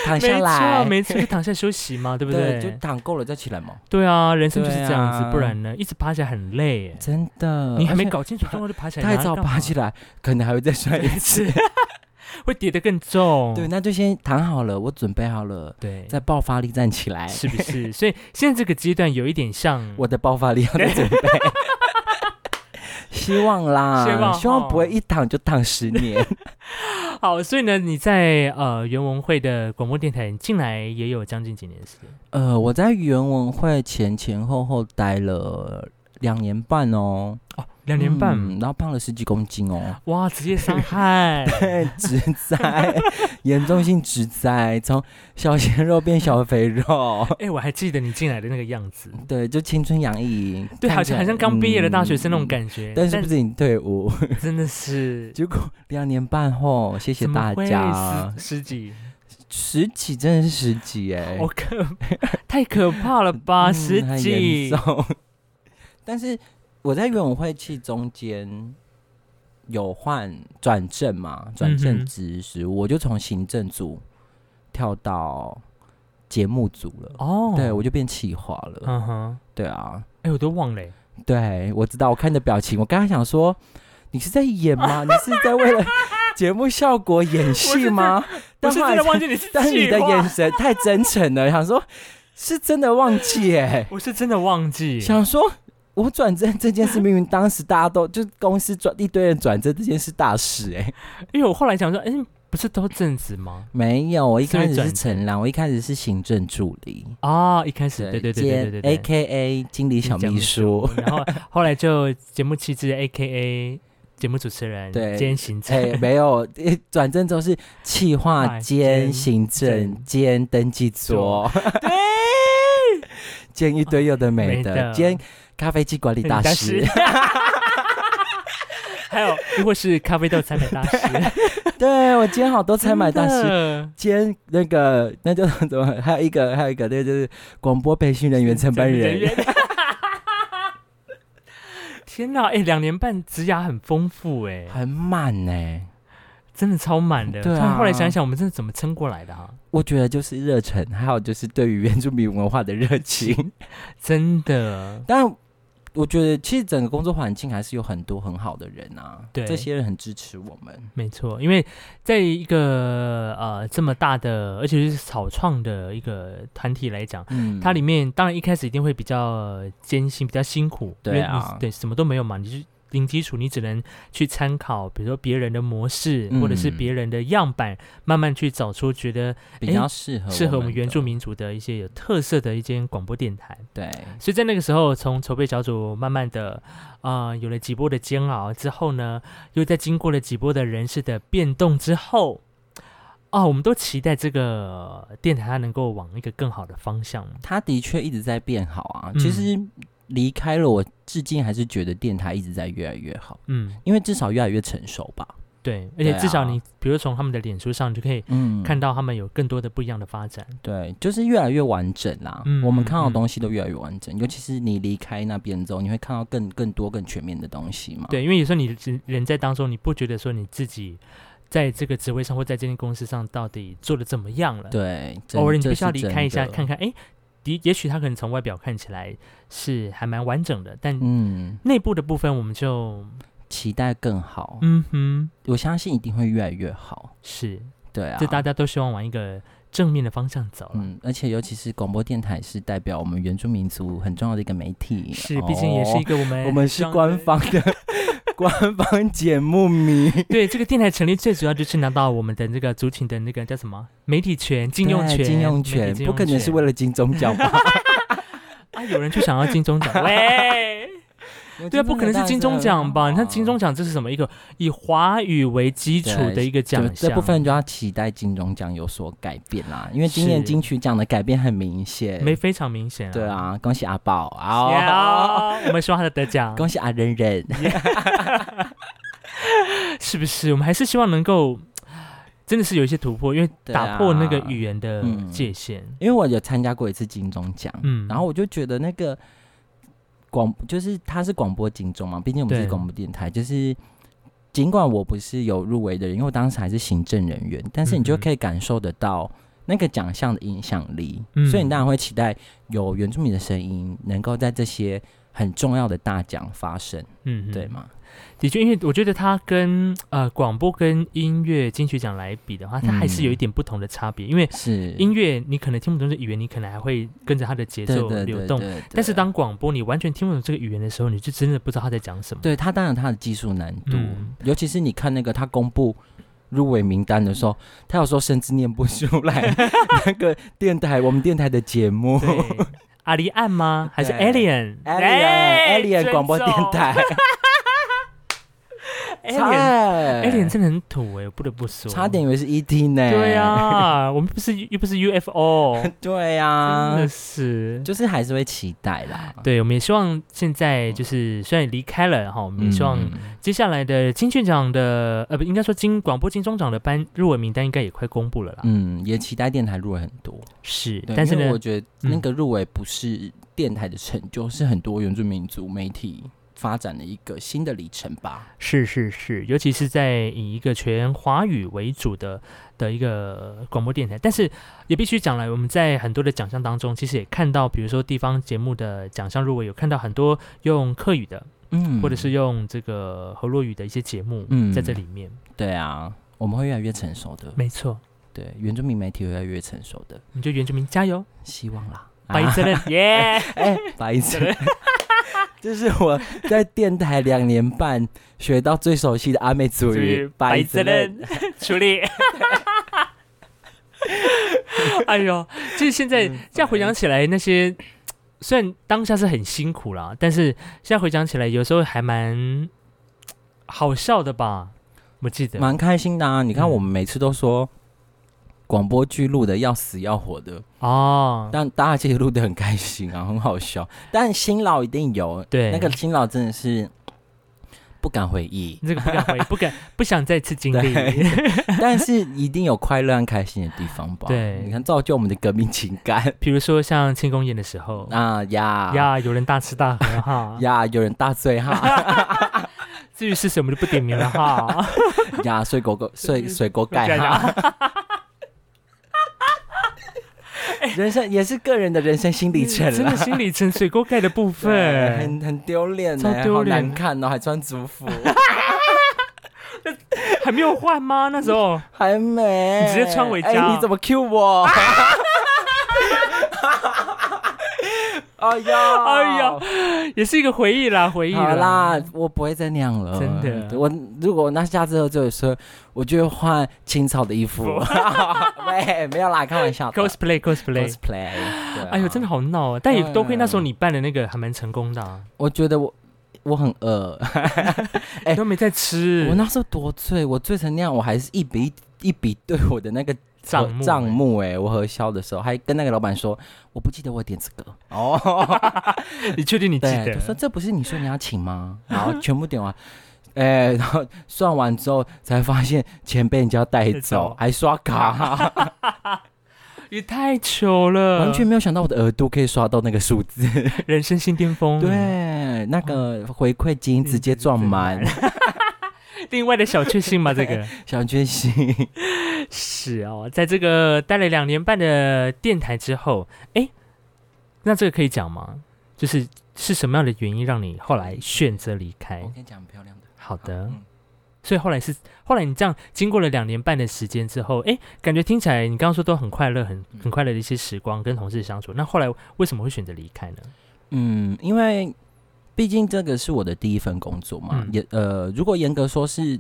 [SPEAKER 2] 躺
[SPEAKER 1] 没
[SPEAKER 2] 下来
[SPEAKER 1] 错，，没错，就躺下休息嘛，对不
[SPEAKER 2] 对，
[SPEAKER 1] 对？
[SPEAKER 2] 就躺够了再起来嘛，
[SPEAKER 1] 对啊，人生就是
[SPEAKER 2] 对
[SPEAKER 1] 这样子，
[SPEAKER 2] 啊
[SPEAKER 1] 不然呢，一直爬起来很累耶。
[SPEAKER 2] 真的，
[SPEAKER 1] 你还没
[SPEAKER 2] 而且
[SPEAKER 1] 搞清楚状况就爬起来，
[SPEAKER 2] 太早爬
[SPEAKER 1] 来
[SPEAKER 2] 起来，可能还会再摔一
[SPEAKER 1] (laughs)
[SPEAKER 2] 次。
[SPEAKER 1] 会跌得更重。
[SPEAKER 2] 对，那就先躺好了，我准备好了，
[SPEAKER 1] 对，
[SPEAKER 2] 再爆发力站起来。
[SPEAKER 1] 是不是？ (laughs) 所以现在这个阶段有一点像
[SPEAKER 2] 我的爆发力要再准备。
[SPEAKER 1] (laughs)
[SPEAKER 2] 希望啦，
[SPEAKER 1] 希望哦吼
[SPEAKER 2] 不会一躺就躺十年。
[SPEAKER 1] 好，所以呢，你在呃原文会的广播电台进来也有将近几年的时间，
[SPEAKER 2] (laughs) 呃，我在原文会前前后后待了两年半哦，
[SPEAKER 1] 两年半，
[SPEAKER 2] 嗯然后胖了十几公斤哦，
[SPEAKER 1] (laughs) 哇，职业伤害
[SPEAKER 2] 嘿直灾，严重性直灾，从小鲜肉变小肥肉，
[SPEAKER 1] 哎、我还记得你进来的那个样子，
[SPEAKER 2] 对，就青春洋溢，
[SPEAKER 1] 对，
[SPEAKER 2] 哦看
[SPEAKER 1] 好
[SPEAKER 2] 起
[SPEAKER 1] 像
[SPEAKER 2] 来
[SPEAKER 1] 好像刚毕业的大学生那种
[SPEAKER 2] 觉。
[SPEAKER 1] 感觉，
[SPEAKER 2] 但是不是你退伍？
[SPEAKER 1] 但真的是
[SPEAKER 2] 结果 (laughs) 两年半后，谢谢
[SPEAKER 1] 怎么
[SPEAKER 2] 大
[SPEAKER 1] 会
[SPEAKER 2] 家，啊
[SPEAKER 1] 十十几，
[SPEAKER 2] 十几真的是十几哎、
[SPEAKER 1] 好可 (laughs) 太可怕了吧，
[SPEAKER 2] 嗯
[SPEAKER 1] 十
[SPEAKER 2] 很
[SPEAKER 1] 几
[SPEAKER 2] 严，重 (laughs) 但是我在原委会期中间有换转正嘛，转
[SPEAKER 1] 嗯哼
[SPEAKER 2] 正职时，我就从行政组跳到节目组了。
[SPEAKER 1] 哦，
[SPEAKER 2] 对，我就变企划了。
[SPEAKER 1] 嗯哼，
[SPEAKER 2] 对啊，
[SPEAKER 1] 哎、我都忘了、欸，
[SPEAKER 2] 对我知道，我看你的表情，我刚刚想说，你是在演吗？你是
[SPEAKER 1] (laughs)
[SPEAKER 2] 在为了节目效果演戏吗？
[SPEAKER 1] 我
[SPEAKER 2] 但
[SPEAKER 1] 是
[SPEAKER 2] 后来
[SPEAKER 1] 真的
[SPEAKER 2] 才
[SPEAKER 1] 忘记你是
[SPEAKER 2] (laughs) 但你的
[SPEAKER 1] 计划
[SPEAKER 2] 眼神太真诚了，想说是真的忘记哎、
[SPEAKER 1] 我是真的忘记，
[SPEAKER 2] (laughs) 想说我转正这件事，明明当时大家都就公司转一堆人转正这件事大事哎、
[SPEAKER 1] 因为我后来想说，嗯，不是都正职吗？
[SPEAKER 2] 没有，我一开
[SPEAKER 1] 所
[SPEAKER 2] 始
[SPEAKER 1] 以
[SPEAKER 2] 是
[SPEAKER 1] 转正
[SPEAKER 2] 陈朗，我一开始是行政助理，
[SPEAKER 1] 啊，一开始对对对对对对
[SPEAKER 2] A K A 经理小秘
[SPEAKER 1] 书
[SPEAKER 2] 书，，
[SPEAKER 1] 然后 (laughs) 后来就节目气质 A K A 节目主持人，
[SPEAKER 2] 对
[SPEAKER 1] 兼行政，
[SPEAKER 2] (laughs) 哎、没有，诶转正之后是企划
[SPEAKER 1] 哎兼
[SPEAKER 2] 兼行
[SPEAKER 1] 政
[SPEAKER 2] 政兼登记桌，哎 (laughs) 对，兼一堆有的没
[SPEAKER 1] 没的
[SPEAKER 2] 的，兼咖啡机管理
[SPEAKER 1] 很，
[SPEAKER 2] 大师，
[SPEAKER 1] (laughs) 还有如果是咖啡豆采买大师，
[SPEAKER 2] (laughs) (laughs) 对我兼好多采买大师，
[SPEAKER 1] 师，
[SPEAKER 2] 兼那个那叫什么？还有一个，还有一个，那就是广播培训人员承办
[SPEAKER 1] (laughs)
[SPEAKER 2] 人。。
[SPEAKER 1] 天哪，哎、两年半职涯很丰富哎、
[SPEAKER 2] 很满欸呢、
[SPEAKER 1] 真的超满的。
[SPEAKER 2] 对啊
[SPEAKER 1] 突然后来想一想，我们真的怎么撑过来的啊？
[SPEAKER 2] 我觉得就是热忱，还有就是对于原住民文化的热情。
[SPEAKER 1] 真的，
[SPEAKER 2] 但我觉得其实整个工作环境还是有很多很好的人啊，
[SPEAKER 1] 对
[SPEAKER 2] 这些人很支持我们。
[SPEAKER 1] 没错，因为在一个呃这么大的，而且是草创的一个团体来讲，
[SPEAKER 2] 嗯
[SPEAKER 1] 它里面当然一开始一定会比较艰辛，比较辛苦，
[SPEAKER 2] 对啊
[SPEAKER 1] 因为你对，什么都没有嘛，你就零基础，你只能去参考，比如说别人的模式，或者是
[SPEAKER 2] 嗯
[SPEAKER 1] 别人的样板，慢慢去找出觉得
[SPEAKER 2] 比较适合
[SPEAKER 1] 适合我们原住
[SPEAKER 2] 的
[SPEAKER 1] 民族的一些有特色的一间广播电台。
[SPEAKER 2] 对，
[SPEAKER 1] 所以在那个时候，从筹备小组慢慢的，啊，有了几波的煎熬之后呢，又在经过了几波的人事的变动之后，哦，我们都期待这个电台它能够往一个更好的方向。
[SPEAKER 2] 他的确一直在变好啊。
[SPEAKER 1] 嗯
[SPEAKER 2] 其实离开了我，至今还是觉得电台一直在越来越好，
[SPEAKER 1] 嗯，
[SPEAKER 2] 因为至少越来越成熟吧。
[SPEAKER 1] 对，而且
[SPEAKER 2] 对啊
[SPEAKER 1] 至少你，比如从他们的脸书上，你就可以
[SPEAKER 2] 嗯，
[SPEAKER 1] 看到他们有更多的不一样的发展。
[SPEAKER 2] 对，就是越来越完整啦。
[SPEAKER 1] 嗯
[SPEAKER 2] 我们看到
[SPEAKER 1] 嗯
[SPEAKER 2] 的东西都越来越完整，尤其是你离开那边之后，你会看到更更多更全面的东西嘛。
[SPEAKER 1] 对，因为有时候你人人在当中，你不觉得说你自己在这个职位上或在这间公司上到底做的怎么样了？
[SPEAKER 2] 对，真
[SPEAKER 1] 偶尔你
[SPEAKER 2] 这
[SPEAKER 1] 必须要
[SPEAKER 2] 是
[SPEAKER 1] 离
[SPEAKER 2] 真
[SPEAKER 1] 开一下，
[SPEAKER 2] 的
[SPEAKER 1] 看看，诶，的也许他可能从外表看起来是还蛮完整的，但
[SPEAKER 2] 嗯，
[SPEAKER 1] 内部的部分我们就
[SPEAKER 2] 期待更好。
[SPEAKER 1] 嗯哼，
[SPEAKER 2] 我相信一定会越来越好。
[SPEAKER 1] 是，
[SPEAKER 2] 对啊，
[SPEAKER 1] 这大家都希望往一个正面的方向走了。
[SPEAKER 2] 嗯，而且尤其是广播电台是代表我们原住民族很重要的一个媒体，
[SPEAKER 1] 是，毕竟也是一
[SPEAKER 2] 哦
[SPEAKER 1] 个我们
[SPEAKER 2] 我们是官
[SPEAKER 1] 方。(laughs)
[SPEAKER 2] 方的官方节目名， (laughs)
[SPEAKER 1] 对，这个电台成立最主要就是拿到我们的那个族群的那个叫什么媒体权、禁用
[SPEAKER 2] 对
[SPEAKER 1] 权、
[SPEAKER 2] 禁
[SPEAKER 1] 媒
[SPEAKER 2] 用
[SPEAKER 1] 体
[SPEAKER 2] 权，
[SPEAKER 1] 禁
[SPEAKER 2] 不
[SPEAKER 1] 用
[SPEAKER 2] 可能是为了金钟奖吧？
[SPEAKER 1] 啊，有人就想要金钟
[SPEAKER 2] (laughs)
[SPEAKER 1] 奖，喂， (laughs) 对啊，不可能是金钟奖
[SPEAKER 2] 啊
[SPEAKER 1] 吧？你看
[SPEAKER 2] (laughs)
[SPEAKER 1] 金钟奖这是什么一个以华语为基础的一个奖
[SPEAKER 2] 就
[SPEAKER 1] 项，
[SPEAKER 2] 这部分就要期待金钟奖有所改变啦，因为今年
[SPEAKER 1] 是
[SPEAKER 2] 金曲奖的改变很明显。
[SPEAKER 1] 没非常明显、啊，
[SPEAKER 2] 对，啊，恭喜阿宝啊！
[SPEAKER 1] 呀，我们希望他的得奖，
[SPEAKER 2] (laughs) 恭喜阿仁仁，
[SPEAKER 1] 是不是？我们还是希望能够真的是有一些突破，因为
[SPEAKER 2] 对啊
[SPEAKER 1] 打破那个语言的
[SPEAKER 2] 嗯
[SPEAKER 1] 界限。
[SPEAKER 2] 因为我有参加过一次金钟奖，
[SPEAKER 1] 嗯
[SPEAKER 2] 然后我就觉得那个广就是它是广播金钟嘛，毕竟我们
[SPEAKER 1] 对
[SPEAKER 2] 是广播电台，就是尽管我不是有入围的人，因为我当时还是行政人员，但是你就
[SPEAKER 1] 嗯哼
[SPEAKER 2] 可以感受得到那个奖项的影响力，
[SPEAKER 1] 嗯
[SPEAKER 2] 所以你当然会期待有原住民的声音能够在这些很重要的大奖发生，
[SPEAKER 1] 嗯哼
[SPEAKER 2] 对吗？
[SPEAKER 1] 的确，因为我觉得它跟呃广播跟音乐金曲奖来比的话，它还
[SPEAKER 2] 嗯
[SPEAKER 1] 是有一点不同的差别。因为
[SPEAKER 2] 是
[SPEAKER 1] 音乐你可能听不懂这语言，你可能还会跟着它的节
[SPEAKER 2] 对
[SPEAKER 1] 奏
[SPEAKER 2] 对
[SPEAKER 1] 流
[SPEAKER 2] 对
[SPEAKER 1] 动。
[SPEAKER 2] 对对
[SPEAKER 1] 但是当广播你完全听不懂这个语言的时候，你就真的不知道他在讲什么。
[SPEAKER 2] 对他当然他的技术难度，
[SPEAKER 1] 嗯
[SPEAKER 2] 尤其是你看那个他公布入围名单的时候，
[SPEAKER 1] 嗯
[SPEAKER 2] 他有时候甚至念不出来 (laughs) 那个电台我们电台的节目
[SPEAKER 1] 对，阿里岸吗？还是
[SPEAKER 2] 对
[SPEAKER 1] Alien？哎
[SPEAKER 2] Alien 广播电
[SPEAKER 1] (laughs)
[SPEAKER 2] 台
[SPEAKER 1] Alien，Alien
[SPEAKER 2] ，Alien
[SPEAKER 1] 真的很土哎、我不得不说，
[SPEAKER 2] 差点以为是 ET 呢，
[SPEAKER 1] 对啊，我们不是又不是 UFO，
[SPEAKER 2] 对
[SPEAKER 1] 真
[SPEAKER 2] (laughs) 啊
[SPEAKER 1] 的，是。
[SPEAKER 2] 就是还是会期待啦，
[SPEAKER 1] 对，我们也希望现在就是虽然离开了哈，我们也希望
[SPEAKER 2] 嗯
[SPEAKER 1] 接下来的金曲奖的呃不应该说金广播金钟奖的颁入围名单应该也快公布了啦。
[SPEAKER 2] 嗯也期待电台入围很多，
[SPEAKER 1] 是，
[SPEAKER 2] 对
[SPEAKER 1] 但是
[SPEAKER 2] 因为
[SPEAKER 1] 呢嗯
[SPEAKER 2] 我，觉得那个入围不是电台的成就，是很多原住民族媒体发展的一个新的里程吧。
[SPEAKER 1] 是是是，尤其是在以一个全华语为主的的一个广播电台，但是也必须讲了，我们在很多的奖项当中，其实也看到，比如说地方节目的奖项入围，有看到很多用客语的，
[SPEAKER 2] 嗯
[SPEAKER 1] 或者是用这个河洛语的一些节目，
[SPEAKER 2] 嗯
[SPEAKER 1] 在这里面，
[SPEAKER 2] 对啊，我们会越来越成熟的。
[SPEAKER 1] 没错，
[SPEAKER 2] 对，原住民媒体会越来越成熟的，
[SPEAKER 1] 你就原住民加
[SPEAKER 2] (laughs)
[SPEAKER 1] 油，
[SPEAKER 2] 希望啦。啊
[SPEAKER 1] 白真人耶，
[SPEAKER 2] (laughs)
[SPEAKER 1] (laughs)
[SPEAKER 2] 哎，白痴， (laughs) 这是我在电台两年半学到最熟悉的阿美族语。
[SPEAKER 1] 白
[SPEAKER 2] 痴
[SPEAKER 1] 真，人 (laughs) 处理。哎呦，就是现在哎
[SPEAKER 2] 嗯
[SPEAKER 1] 这样回想起来，那些虽然当下是很辛苦啦，但是现在回想起来，有时候还蛮好笑的吧？我记得，
[SPEAKER 2] 蛮开心的啊！你看，
[SPEAKER 1] 嗯
[SPEAKER 2] 我们每次都说广播剧录的要死要活的，
[SPEAKER 1] 哦，
[SPEAKER 2] 但大家其实录的很开心啊，很好笑。但辛劳一定有，
[SPEAKER 1] 对
[SPEAKER 2] 那个辛劳真的是不敢回忆。
[SPEAKER 1] 这个不
[SPEAKER 2] (laughs)
[SPEAKER 1] 敢回，不敢，不想再次经历。
[SPEAKER 2] 但是一定有快乐和开心的地方吧？
[SPEAKER 1] 对
[SPEAKER 2] 你看造就我们的革命
[SPEAKER 1] (laughs)
[SPEAKER 2] 情感
[SPEAKER 1] (laughs) 比如说像庆功宴的时候，
[SPEAKER 2] 啊呀，
[SPEAKER 1] 呀，有人大吃大喝哈
[SPEAKER 2] (laughs) 呀，有人大
[SPEAKER 1] (laughs)
[SPEAKER 2] 醉哈
[SPEAKER 1] 至于是什么就不点名了哈。
[SPEAKER 2] (laughs) 呀，水果
[SPEAKER 1] (laughs)
[SPEAKER 2] 狗水水果盖哈，
[SPEAKER 1] 哈，
[SPEAKER 2] (laughs) 人生也是个人的人生新里程
[SPEAKER 1] 真
[SPEAKER 2] 了
[SPEAKER 1] 的。心里沉水锅盖的部
[SPEAKER 2] (laughs) 对，
[SPEAKER 1] 分，
[SPEAKER 2] 很很丢脸
[SPEAKER 1] 超
[SPEAKER 2] 呢，
[SPEAKER 1] 丢
[SPEAKER 2] 好
[SPEAKER 1] 脸
[SPEAKER 2] 难看哦，还穿族服， (laughs)
[SPEAKER 1] 还没有换吗？那时候
[SPEAKER 2] 还没，
[SPEAKER 1] 你直接穿回家 (laughs)
[SPEAKER 2] 哎哎你怎么 Q 我？哎呀，
[SPEAKER 1] 哎呀， (laughs) 也是一个回忆啦，回忆
[SPEAKER 2] 好
[SPEAKER 1] 啦。
[SPEAKER 2] 啦，我不会再那样了。
[SPEAKER 1] 真的
[SPEAKER 2] 我如果那下次喝醉的时候，我就会换清朝的衣服。喂， (laughs) 没有啦，开玩笑的。
[SPEAKER 1] cosplay cosplay，
[SPEAKER 2] cosplay，对啊
[SPEAKER 1] 哎呦，真的好闹啊！但也多亏那时候你办的那个还蛮成功的啊，
[SPEAKER 2] 我觉得我我很饿，哎
[SPEAKER 1] 都没在
[SPEAKER 2] (laughs) 我
[SPEAKER 1] 吃
[SPEAKER 2] 那时候多醉，我醉成那样，我还是一笔一一笔对我的那个
[SPEAKER 1] 账
[SPEAKER 2] 和
[SPEAKER 1] 目欸
[SPEAKER 2] 账目哎、我核销的时候还跟那个老板说，我不记得我点这个哦，
[SPEAKER 1] 你确定你记
[SPEAKER 2] 对，
[SPEAKER 1] 得
[SPEAKER 2] 他？说这不是你说你要请吗？ (laughs) 然后全部点完。哎、然后算完之后才发现钱被人家带
[SPEAKER 1] 带
[SPEAKER 2] 走
[SPEAKER 1] 走，
[SPEAKER 2] 还刷
[SPEAKER 1] (laughs)
[SPEAKER 2] 卡，
[SPEAKER 1] 也太糗了，
[SPEAKER 2] 完全没有想到我的额度可以刷到那个数
[SPEAKER 1] (laughs)
[SPEAKER 2] 字。
[SPEAKER 1] 人生新巅峰。，
[SPEAKER 2] 对，那个回馈金
[SPEAKER 1] 嗯
[SPEAKER 2] 直接撞满，
[SPEAKER 1] (laughs) 另外的小确幸嘛，这个
[SPEAKER 2] 小确幸。
[SPEAKER 1] 是哦。在这个待了两年半的电台之后，哎，那这个可以讲吗？就是是什么样的原因让你后来选择离开
[SPEAKER 2] 哎我？跟你讲，很漂亮的。
[SPEAKER 1] 好的。
[SPEAKER 2] 嗯
[SPEAKER 1] 所以后来是后来你这样经过了两年半的时间之后，哎，感觉听起来你刚刚说都很快乐，很
[SPEAKER 2] 嗯
[SPEAKER 1] 很快乐的一些时光跟同事相处。那后来为什么会选择离开呢？
[SPEAKER 2] 嗯，因为毕竟这个是我的第一份工作嘛，
[SPEAKER 1] 嗯
[SPEAKER 2] 也呃，如果严格说是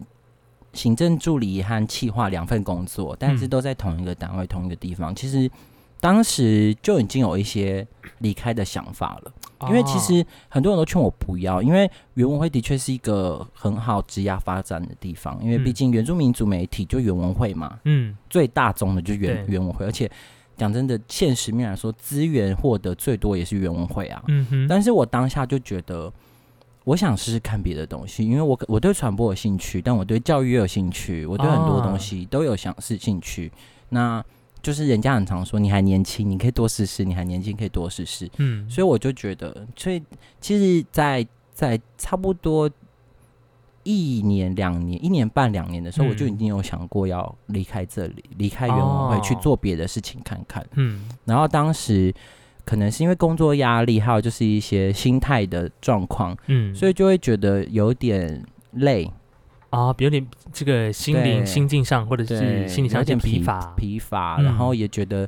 [SPEAKER 2] 行政助理和企划两份工作，但是
[SPEAKER 1] 嗯
[SPEAKER 2] 都在同一个单位、同一个地方，其实当时就已经有一些离开的想法了。因为其
[SPEAKER 1] 哦
[SPEAKER 2] 实很多人都劝我不要，因为原文会的确是一个很好职涯发展的地方，因为毕
[SPEAKER 1] 嗯
[SPEAKER 2] 竟原住民族媒体就原文会嘛，
[SPEAKER 1] 嗯，
[SPEAKER 2] 最大宗的就是原
[SPEAKER 1] 对
[SPEAKER 2] 原文会，而且讲真的，现实面来说，资源获得最多也是原文会啊。
[SPEAKER 1] 嗯哼，
[SPEAKER 2] 但是我当下就觉得，我想试试看别的东西，因为我我对传播有兴趣，但我对教育也有兴趣，我对很多
[SPEAKER 1] 啊
[SPEAKER 2] 东西都有想试兴趣。那就是人家很常说，你还年轻，你可以多试试；你还年轻，可以多试试。
[SPEAKER 1] 嗯，
[SPEAKER 2] 所以我就觉得，所以其实在，在差不多一年、两年、一年半、两年的时候，
[SPEAKER 1] 嗯
[SPEAKER 2] 我就已经有想过要离开这里，离开原文会
[SPEAKER 1] 哦
[SPEAKER 2] 去做别的事情看看。
[SPEAKER 1] 嗯
[SPEAKER 2] 然后当时可能是因为工作压力，还有就是一些心态的状况，
[SPEAKER 1] 嗯，
[SPEAKER 2] 所以就会觉得有点累，
[SPEAKER 1] 啊，有点这个心灵
[SPEAKER 2] 对
[SPEAKER 1] 心境上或者
[SPEAKER 2] 对，
[SPEAKER 1] 是心理上
[SPEAKER 2] 有
[SPEAKER 1] 有
[SPEAKER 2] 点
[SPEAKER 1] 点
[SPEAKER 2] 疲
[SPEAKER 1] 疲乏，
[SPEAKER 2] 疲乏，
[SPEAKER 1] 嗯
[SPEAKER 2] 然后也觉得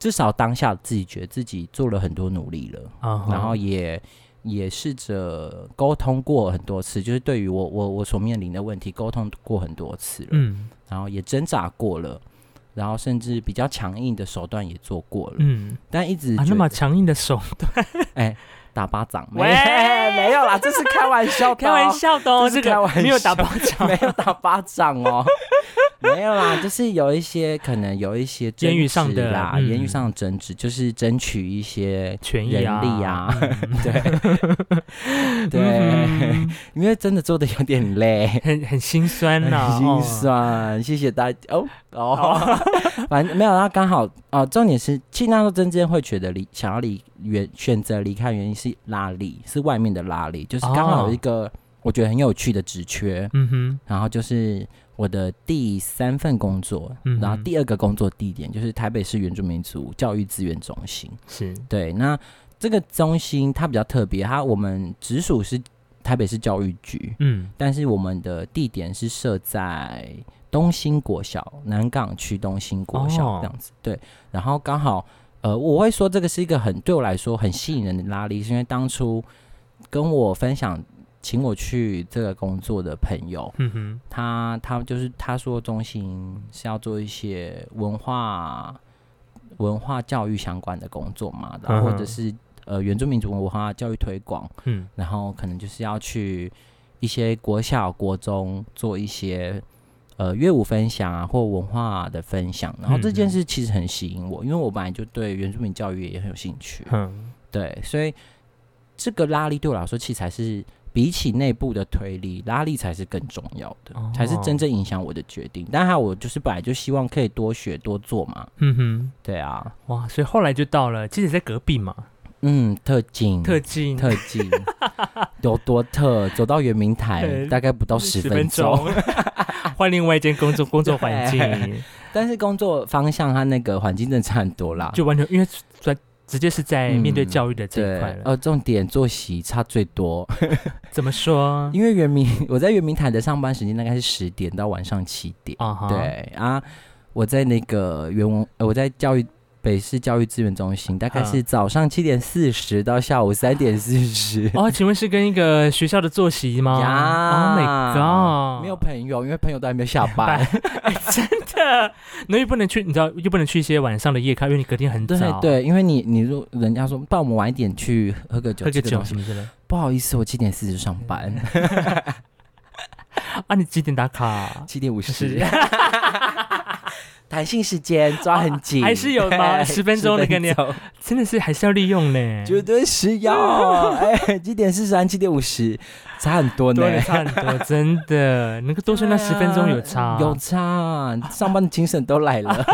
[SPEAKER 2] 至少当下自己觉得自己做了很多努力了。
[SPEAKER 1] 啊
[SPEAKER 2] 然后也也试着沟通过很多次，就是对于我我我所面临的问题沟通过很多次了，
[SPEAKER 1] 嗯
[SPEAKER 2] 然后也挣扎过了，然后甚至比较强硬的手段也做过了，
[SPEAKER 1] 嗯
[SPEAKER 2] 但一直
[SPEAKER 1] 啊，
[SPEAKER 2] 呃觉
[SPEAKER 1] 那
[SPEAKER 2] 得
[SPEAKER 1] 么强硬的手，
[SPEAKER 2] 打巴掌，没
[SPEAKER 1] 喂
[SPEAKER 2] 没有啦，这是 (laughs) 开玩笑的哦，
[SPEAKER 1] 开玩笑的哦，
[SPEAKER 2] 这是
[SPEAKER 1] 这
[SPEAKER 2] 开
[SPEAKER 1] 个
[SPEAKER 2] 玩
[SPEAKER 1] 没有打
[SPEAKER 2] 笑
[SPEAKER 1] 包场，
[SPEAKER 2] (laughs) 没有打巴掌哦。没有啦，就是有一些可能有一些
[SPEAKER 1] 言语
[SPEAKER 2] 争
[SPEAKER 1] 上
[SPEAKER 2] 执
[SPEAKER 1] 的
[SPEAKER 2] 啦，
[SPEAKER 1] 嗯
[SPEAKER 2] 言语上的争执，就是争取一些
[SPEAKER 1] 权益
[SPEAKER 2] 人
[SPEAKER 1] 啊，
[SPEAKER 2] 力啊
[SPEAKER 1] 嗯 (laughs)
[SPEAKER 2] (laughs) 对对，
[SPEAKER 1] 嗯
[SPEAKER 2] 因为真的做的有点累，
[SPEAKER 1] 很很心酸呐，
[SPEAKER 2] 很 (laughs) 心
[SPEAKER 1] 哦
[SPEAKER 2] 酸，谢谢大家哦哦，反正没有，他刚好啊、呃重点是，其实那时候真正会觉得离想要离原选择离开，原因是拉力，是外面的拉力，就是刚好有
[SPEAKER 1] 哦
[SPEAKER 2] 一个我觉得很有趣的职缺，
[SPEAKER 1] 嗯哼，
[SPEAKER 2] 然后就是我的第三份工作，
[SPEAKER 1] 嗯哼
[SPEAKER 2] 然后第二个工作地点就是台北市原住民族教育资源中心。
[SPEAKER 1] 是，
[SPEAKER 2] 对，那这个中心它比较特别，它我们直属是台北市教育局，
[SPEAKER 1] 嗯
[SPEAKER 2] 但是我们的地点是设在东兴国小，南港区东兴国小
[SPEAKER 1] 哦
[SPEAKER 2] 这样子。对，然后刚好，呃，我会说这个是一个很对我来说很吸引人的拉力，是因为当初跟我分享请我去这个工作的朋友，
[SPEAKER 1] 嗯哼，
[SPEAKER 2] 他他就是他说中心是要做一些文化文化教育相关的工作嘛，然后
[SPEAKER 1] 嗯哼
[SPEAKER 2] 或者是呃原住民族文化教育推广。
[SPEAKER 1] 嗯
[SPEAKER 2] 然后可能就是要去一些国小、国中做一些呃乐舞分享啊，或文化的分享。然后这件事其实很吸引我，因为我本来就对原住民教育也很有兴趣，
[SPEAKER 1] 哼，
[SPEAKER 2] 对，所以这个拉力对我来说，其实才是比起内部的推力，拉力才是更重要的，
[SPEAKER 1] 哦
[SPEAKER 2] 才是真正影响我的决定。但还有我就是本来就希望可以多学多做嘛，
[SPEAKER 1] 嗯哼，
[SPEAKER 2] 对啊，
[SPEAKER 1] 哇，所以后来就到了，其实在隔壁嘛，
[SPEAKER 2] 嗯，特警，
[SPEAKER 1] 特技
[SPEAKER 2] 特技 (laughs) 有多特，走到圆明台
[SPEAKER 1] 呃
[SPEAKER 2] 大概不到十分钟，，
[SPEAKER 1] (laughs) 换另外一间工
[SPEAKER 2] (laughs)
[SPEAKER 1] 作工作环境，
[SPEAKER 2] 但是工作方向它那个环境真的差很多啦。
[SPEAKER 1] 就完全因为转直接是在面对教育的这
[SPEAKER 2] 嗯对
[SPEAKER 1] 一块，了。
[SPEAKER 2] 呃，重点作息差最多， (laughs)
[SPEAKER 1] 怎么说？
[SPEAKER 2] 因为圆明我在圆明台的上班时间大概是十点到晚上七点，
[SPEAKER 1] 啊哈，
[SPEAKER 2] 对啊，我在那个原文，呃我在教育北市教育资源中
[SPEAKER 1] 嗯
[SPEAKER 2] 心，大概是早上七点四十到下午三点四十。
[SPEAKER 1] 哦，请问是跟一个学校的作息吗
[SPEAKER 2] 呀
[SPEAKER 1] ？Oh my god，
[SPEAKER 2] 没有朋友，因为朋友都还没有下班。
[SPEAKER 1] 哎， (laughs) 真的，那又不能去，你知道，又不能去一些晚上的夜咖，因为你隔天很
[SPEAKER 2] 对
[SPEAKER 1] 早，，
[SPEAKER 2] 对，因为你你如果人家说，不然我们晚一点去喝个酒，
[SPEAKER 1] 喝个
[SPEAKER 2] 吃个
[SPEAKER 1] 酒
[SPEAKER 2] 东西
[SPEAKER 1] 什么之类的。
[SPEAKER 2] 不好意思，我七点四十上班，
[SPEAKER 1] 啊，你几点打卡？
[SPEAKER 2] 七点五
[SPEAKER 1] 是
[SPEAKER 2] 十。 (laughs) 弹性时间抓很紧、
[SPEAKER 1] (laughs) 还是有吗
[SPEAKER 2] (laughs) 对
[SPEAKER 1] 十分钟的概念
[SPEAKER 2] 10分钟
[SPEAKER 1] 真的是还是要利用呢，
[SPEAKER 2] 绝对
[SPEAKER 1] (laughs)
[SPEAKER 2] 是要。哎，七点四十还七点五十，差很多呢
[SPEAKER 1] 多。了差很多，真的能够多睡那十分钟有差，
[SPEAKER 2] 啊 (laughs) 有差，上班的精神都来
[SPEAKER 1] (laughs)
[SPEAKER 2] 了。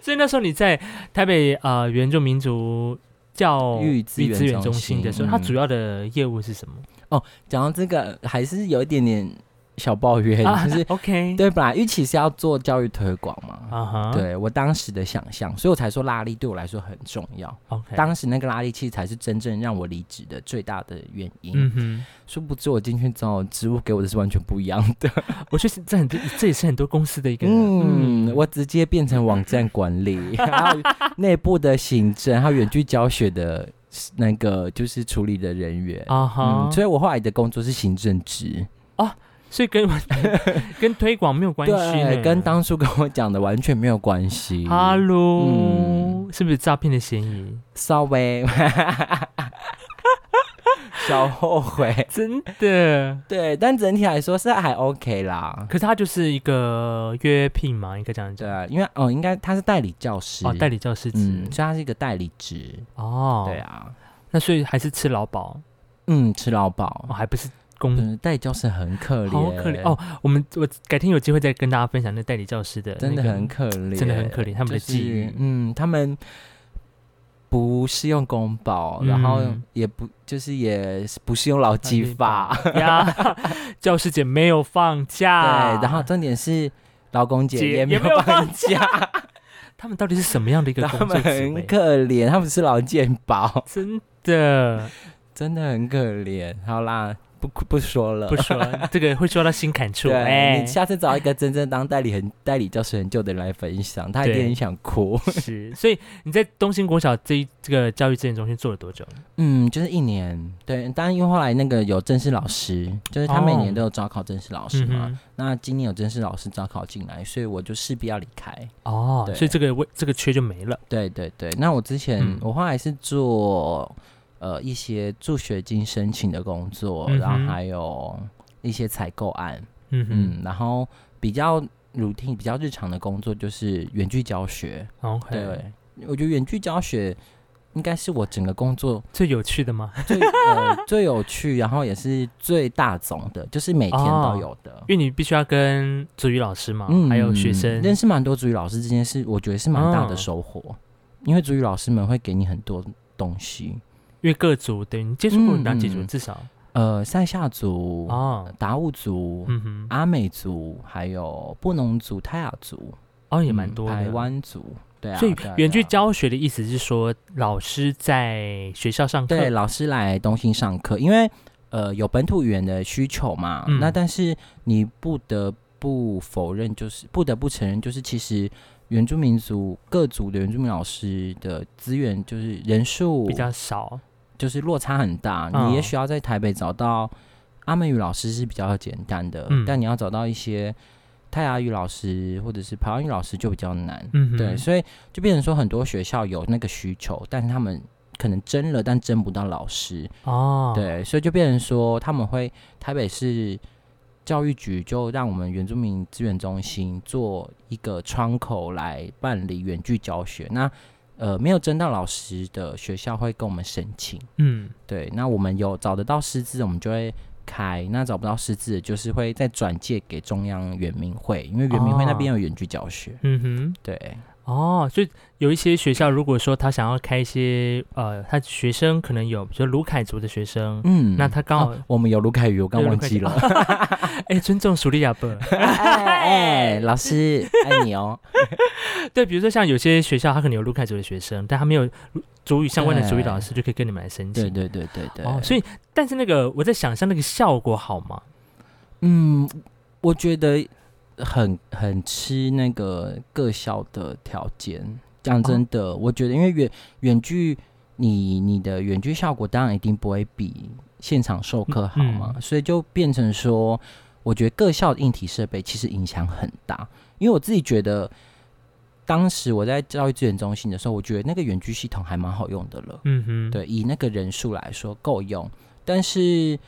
[SPEAKER 1] 所以那时候你在台北呃原住民族教
[SPEAKER 2] 育
[SPEAKER 1] 育
[SPEAKER 2] 资
[SPEAKER 1] 资源
[SPEAKER 2] 源中
[SPEAKER 1] 中
[SPEAKER 2] 心
[SPEAKER 1] 心的时候，
[SPEAKER 2] 嗯
[SPEAKER 1] 它主要的业务是什么？
[SPEAKER 2] 讲到这个，还是有一点点小抱怨，
[SPEAKER 1] 啊
[SPEAKER 2] 就是
[SPEAKER 1] ，OK，
[SPEAKER 2] 对，本来预期是要做教育推广嘛，
[SPEAKER 1] 啊哈，
[SPEAKER 2] 对我当时的想象，所以我才说拉力对我来说很重要。
[SPEAKER 1] ，OK，
[SPEAKER 2] 当时那个拉力器才是真正让我离职的最大的原因。
[SPEAKER 1] 嗯
[SPEAKER 2] 殊不知我进去之后，职务给我的是完全不一样的。
[SPEAKER 1] 哼，我觉得这很多这也是很多公司的一个
[SPEAKER 2] 嗯，我直接变成网站管理， (laughs) 还有内部的行政，还有远距教学的那个就是处理的人员。
[SPEAKER 1] 啊哈
[SPEAKER 2] 嗯，，所以我后来的工作是行政职，
[SPEAKER 1] 所以跟 (laughs) 跟推广没有关系呢，
[SPEAKER 2] 对，跟当初跟我讲的完全没有关系。
[SPEAKER 1] 哈喽
[SPEAKER 2] 嗯，
[SPEAKER 1] 是不是诈骗的嫌疑？
[SPEAKER 2] 稍微 (laughs) 小后悔，
[SPEAKER 1] 真的。
[SPEAKER 2] 对，但整体来说是还 OK 啦。
[SPEAKER 1] 可是他就是一个约聘嘛，应该这样
[SPEAKER 2] 对
[SPEAKER 1] 讲。，
[SPEAKER 2] 因为哦，应该他是代理教师，
[SPEAKER 1] 哦，代理教师
[SPEAKER 2] 嗯，
[SPEAKER 1] 职。
[SPEAKER 2] 所以他是一个代理职。
[SPEAKER 1] 哦，
[SPEAKER 2] 对，啊，
[SPEAKER 1] 那所以还是吃劳保，
[SPEAKER 2] 嗯，吃劳保
[SPEAKER 1] 哦，，还不是工
[SPEAKER 2] 嗯，代理教师很可怜，
[SPEAKER 1] 好可怜哦！我们我改天有机会再跟大家分享那代理教师的、
[SPEAKER 2] 真的很，可怜，
[SPEAKER 1] 真的很可怜他们的
[SPEAKER 2] 就是
[SPEAKER 1] 际遇
[SPEAKER 2] 嗯，他们不适用公保，然后
[SPEAKER 1] 嗯怜
[SPEAKER 2] 也不就是也是不适用劳基法，
[SPEAKER 1] (laughs) 呀。教师节没有放
[SPEAKER 2] (laughs) 对，
[SPEAKER 1] 假，
[SPEAKER 2] 然后重点是劳工节
[SPEAKER 1] 啊姐
[SPEAKER 2] 也没
[SPEAKER 1] 也没有
[SPEAKER 2] 有
[SPEAKER 1] 放
[SPEAKER 2] 放
[SPEAKER 1] (laughs)
[SPEAKER 2] 假，
[SPEAKER 1] 他们到底是什么样的一个
[SPEAKER 2] 他
[SPEAKER 1] 工作
[SPEAKER 2] 们
[SPEAKER 1] 职位
[SPEAKER 2] 很？可怜，他们是劳健
[SPEAKER 1] (laughs)
[SPEAKER 2] 保，
[SPEAKER 1] 真的
[SPEAKER 2] 真的很可怜。好啦，不不说了
[SPEAKER 1] 不。说这个会说到心坎处，
[SPEAKER 2] 对、
[SPEAKER 1] 哎
[SPEAKER 2] 你，下次找一个真正当代理很代理教师很久的人来分享，他一定
[SPEAKER 1] 对
[SPEAKER 2] 很想
[SPEAKER 1] (laughs)
[SPEAKER 2] 哭。
[SPEAKER 1] (laughs) 是。所以你在东兴国小这一这个教育资源中心做了多久？
[SPEAKER 2] 嗯，就是一年，对，当然因为后来那个有正式老师，就是他
[SPEAKER 1] 哦
[SPEAKER 2] 每年都有招考正式老师嘛。
[SPEAKER 1] 嗯哼，
[SPEAKER 2] 那今年有正式老师招考进来，所以我就势必要离开。
[SPEAKER 1] 哦，
[SPEAKER 2] 对
[SPEAKER 1] 所以这个位这个缺就没了。
[SPEAKER 2] 对对对，那我之前、
[SPEAKER 1] 嗯
[SPEAKER 2] 我后来是做呃一些助学金申请的工作，
[SPEAKER 1] 嗯哼
[SPEAKER 2] 然后还有一些采购案，
[SPEAKER 1] 嗯哼
[SPEAKER 2] 嗯，然后比较 routine 比较日常的工作就是远距教学。
[SPEAKER 1] ，OK，
[SPEAKER 2] 嗯对，我觉得远距教学应该是我整个工作
[SPEAKER 1] 最有趣的吗？ (laughs)
[SPEAKER 2] 最呃最有趣，然后也是最大宗的，就是每天都有
[SPEAKER 1] (laughs)
[SPEAKER 2] 的。
[SPEAKER 1] 因为你必须要跟主语老师嘛，还有学生
[SPEAKER 2] 嗯认识蛮多主语老师这件事，我觉得是蛮大的
[SPEAKER 1] 嗯
[SPEAKER 2] 收获，因为主语老师们会给你很多东西，
[SPEAKER 1] 因为各族等于你接触过
[SPEAKER 2] 嗯
[SPEAKER 1] 哪几
[SPEAKER 2] 嗯
[SPEAKER 1] 族？
[SPEAKER 2] 嗯
[SPEAKER 1] 至少
[SPEAKER 2] 呃，塞夏族、
[SPEAKER 1] 哦，
[SPEAKER 2] 达悟族、
[SPEAKER 1] 嗯哼，
[SPEAKER 2] 阿美族，还有布农族、泰雅族，
[SPEAKER 1] 哦也
[SPEAKER 2] 嗯
[SPEAKER 1] 蛮多
[SPEAKER 2] 台
[SPEAKER 1] 的。
[SPEAKER 2] 湾族，对啊，
[SPEAKER 1] 所以
[SPEAKER 2] 对啊
[SPEAKER 1] 远距。
[SPEAKER 2] 对啊
[SPEAKER 1] 教学的意思是说，老师在学校上课 (laughs)
[SPEAKER 2] 对，老师来东兴上课，因为呃有本土语言的需求嘛，
[SPEAKER 1] 嗯
[SPEAKER 2] 那但是你不得不否认，就是不得不承认，就是其实原住民族各族的原住民老师的资源就是人数
[SPEAKER 1] 比较少，
[SPEAKER 2] 就是落差很大，
[SPEAKER 1] 嗯
[SPEAKER 2] 你也许要在台北找到阿美语老师是比较简单的，
[SPEAKER 1] 嗯
[SPEAKER 2] 但你要找到一些泰雅语老师或者是排湾语老师就比较难。
[SPEAKER 1] 嗯哼，
[SPEAKER 2] 对，所以就变成说很多学校有那个需求，但是他们可能争了，但争不到老师。
[SPEAKER 1] 哦，，
[SPEAKER 2] 对，所以就变成说他们会台北市教育局就让我们原住民资源中心做一个窗口来办理远距教学。那呃，没有争到老师的学校会跟我们申请。
[SPEAKER 1] 嗯，
[SPEAKER 2] 对，那我们有找得到师资，我们就会开；那找不到师资的，就是会再转借给中央圆明会，因为圆明会那
[SPEAKER 1] 哦
[SPEAKER 2] 边有远距教学。
[SPEAKER 1] 嗯哼。
[SPEAKER 2] 对，
[SPEAKER 1] 哦，所以有一些学校，如果说他想要开一些呃，他学生可能有，比如说卢凯族的学生，
[SPEAKER 2] 嗯
[SPEAKER 1] 那他刚好
[SPEAKER 2] 哦我们有卢凯宇，我刚忘记了。 (laughs)
[SPEAKER 1] (laughs) 哎，尊重苏利亚伯，
[SPEAKER 2] 哎，老 (laughs) 师爱你哦。
[SPEAKER 1] 对，比如说像有些学校，他可能有卢凯族的学生，但他没有主语相关的主语老师，就可以跟你们来申请。
[SPEAKER 2] 对对对对对。
[SPEAKER 1] 哦，所以但是那个我在想象那个效果好吗？
[SPEAKER 2] 嗯，我觉得很很吃那个各校的条件。讲真的，我觉得因为远远距，你你的远距效果当然一定不会比现场授课好嘛，所以就变成说，我觉得各校的硬体设备其实影响很大。因为我自己觉得，当时我在教育资源中心的时候，我觉得那个远距系统还蛮好用的了。
[SPEAKER 1] 嗯哼，，
[SPEAKER 2] 对，以那个人数来说够用，但是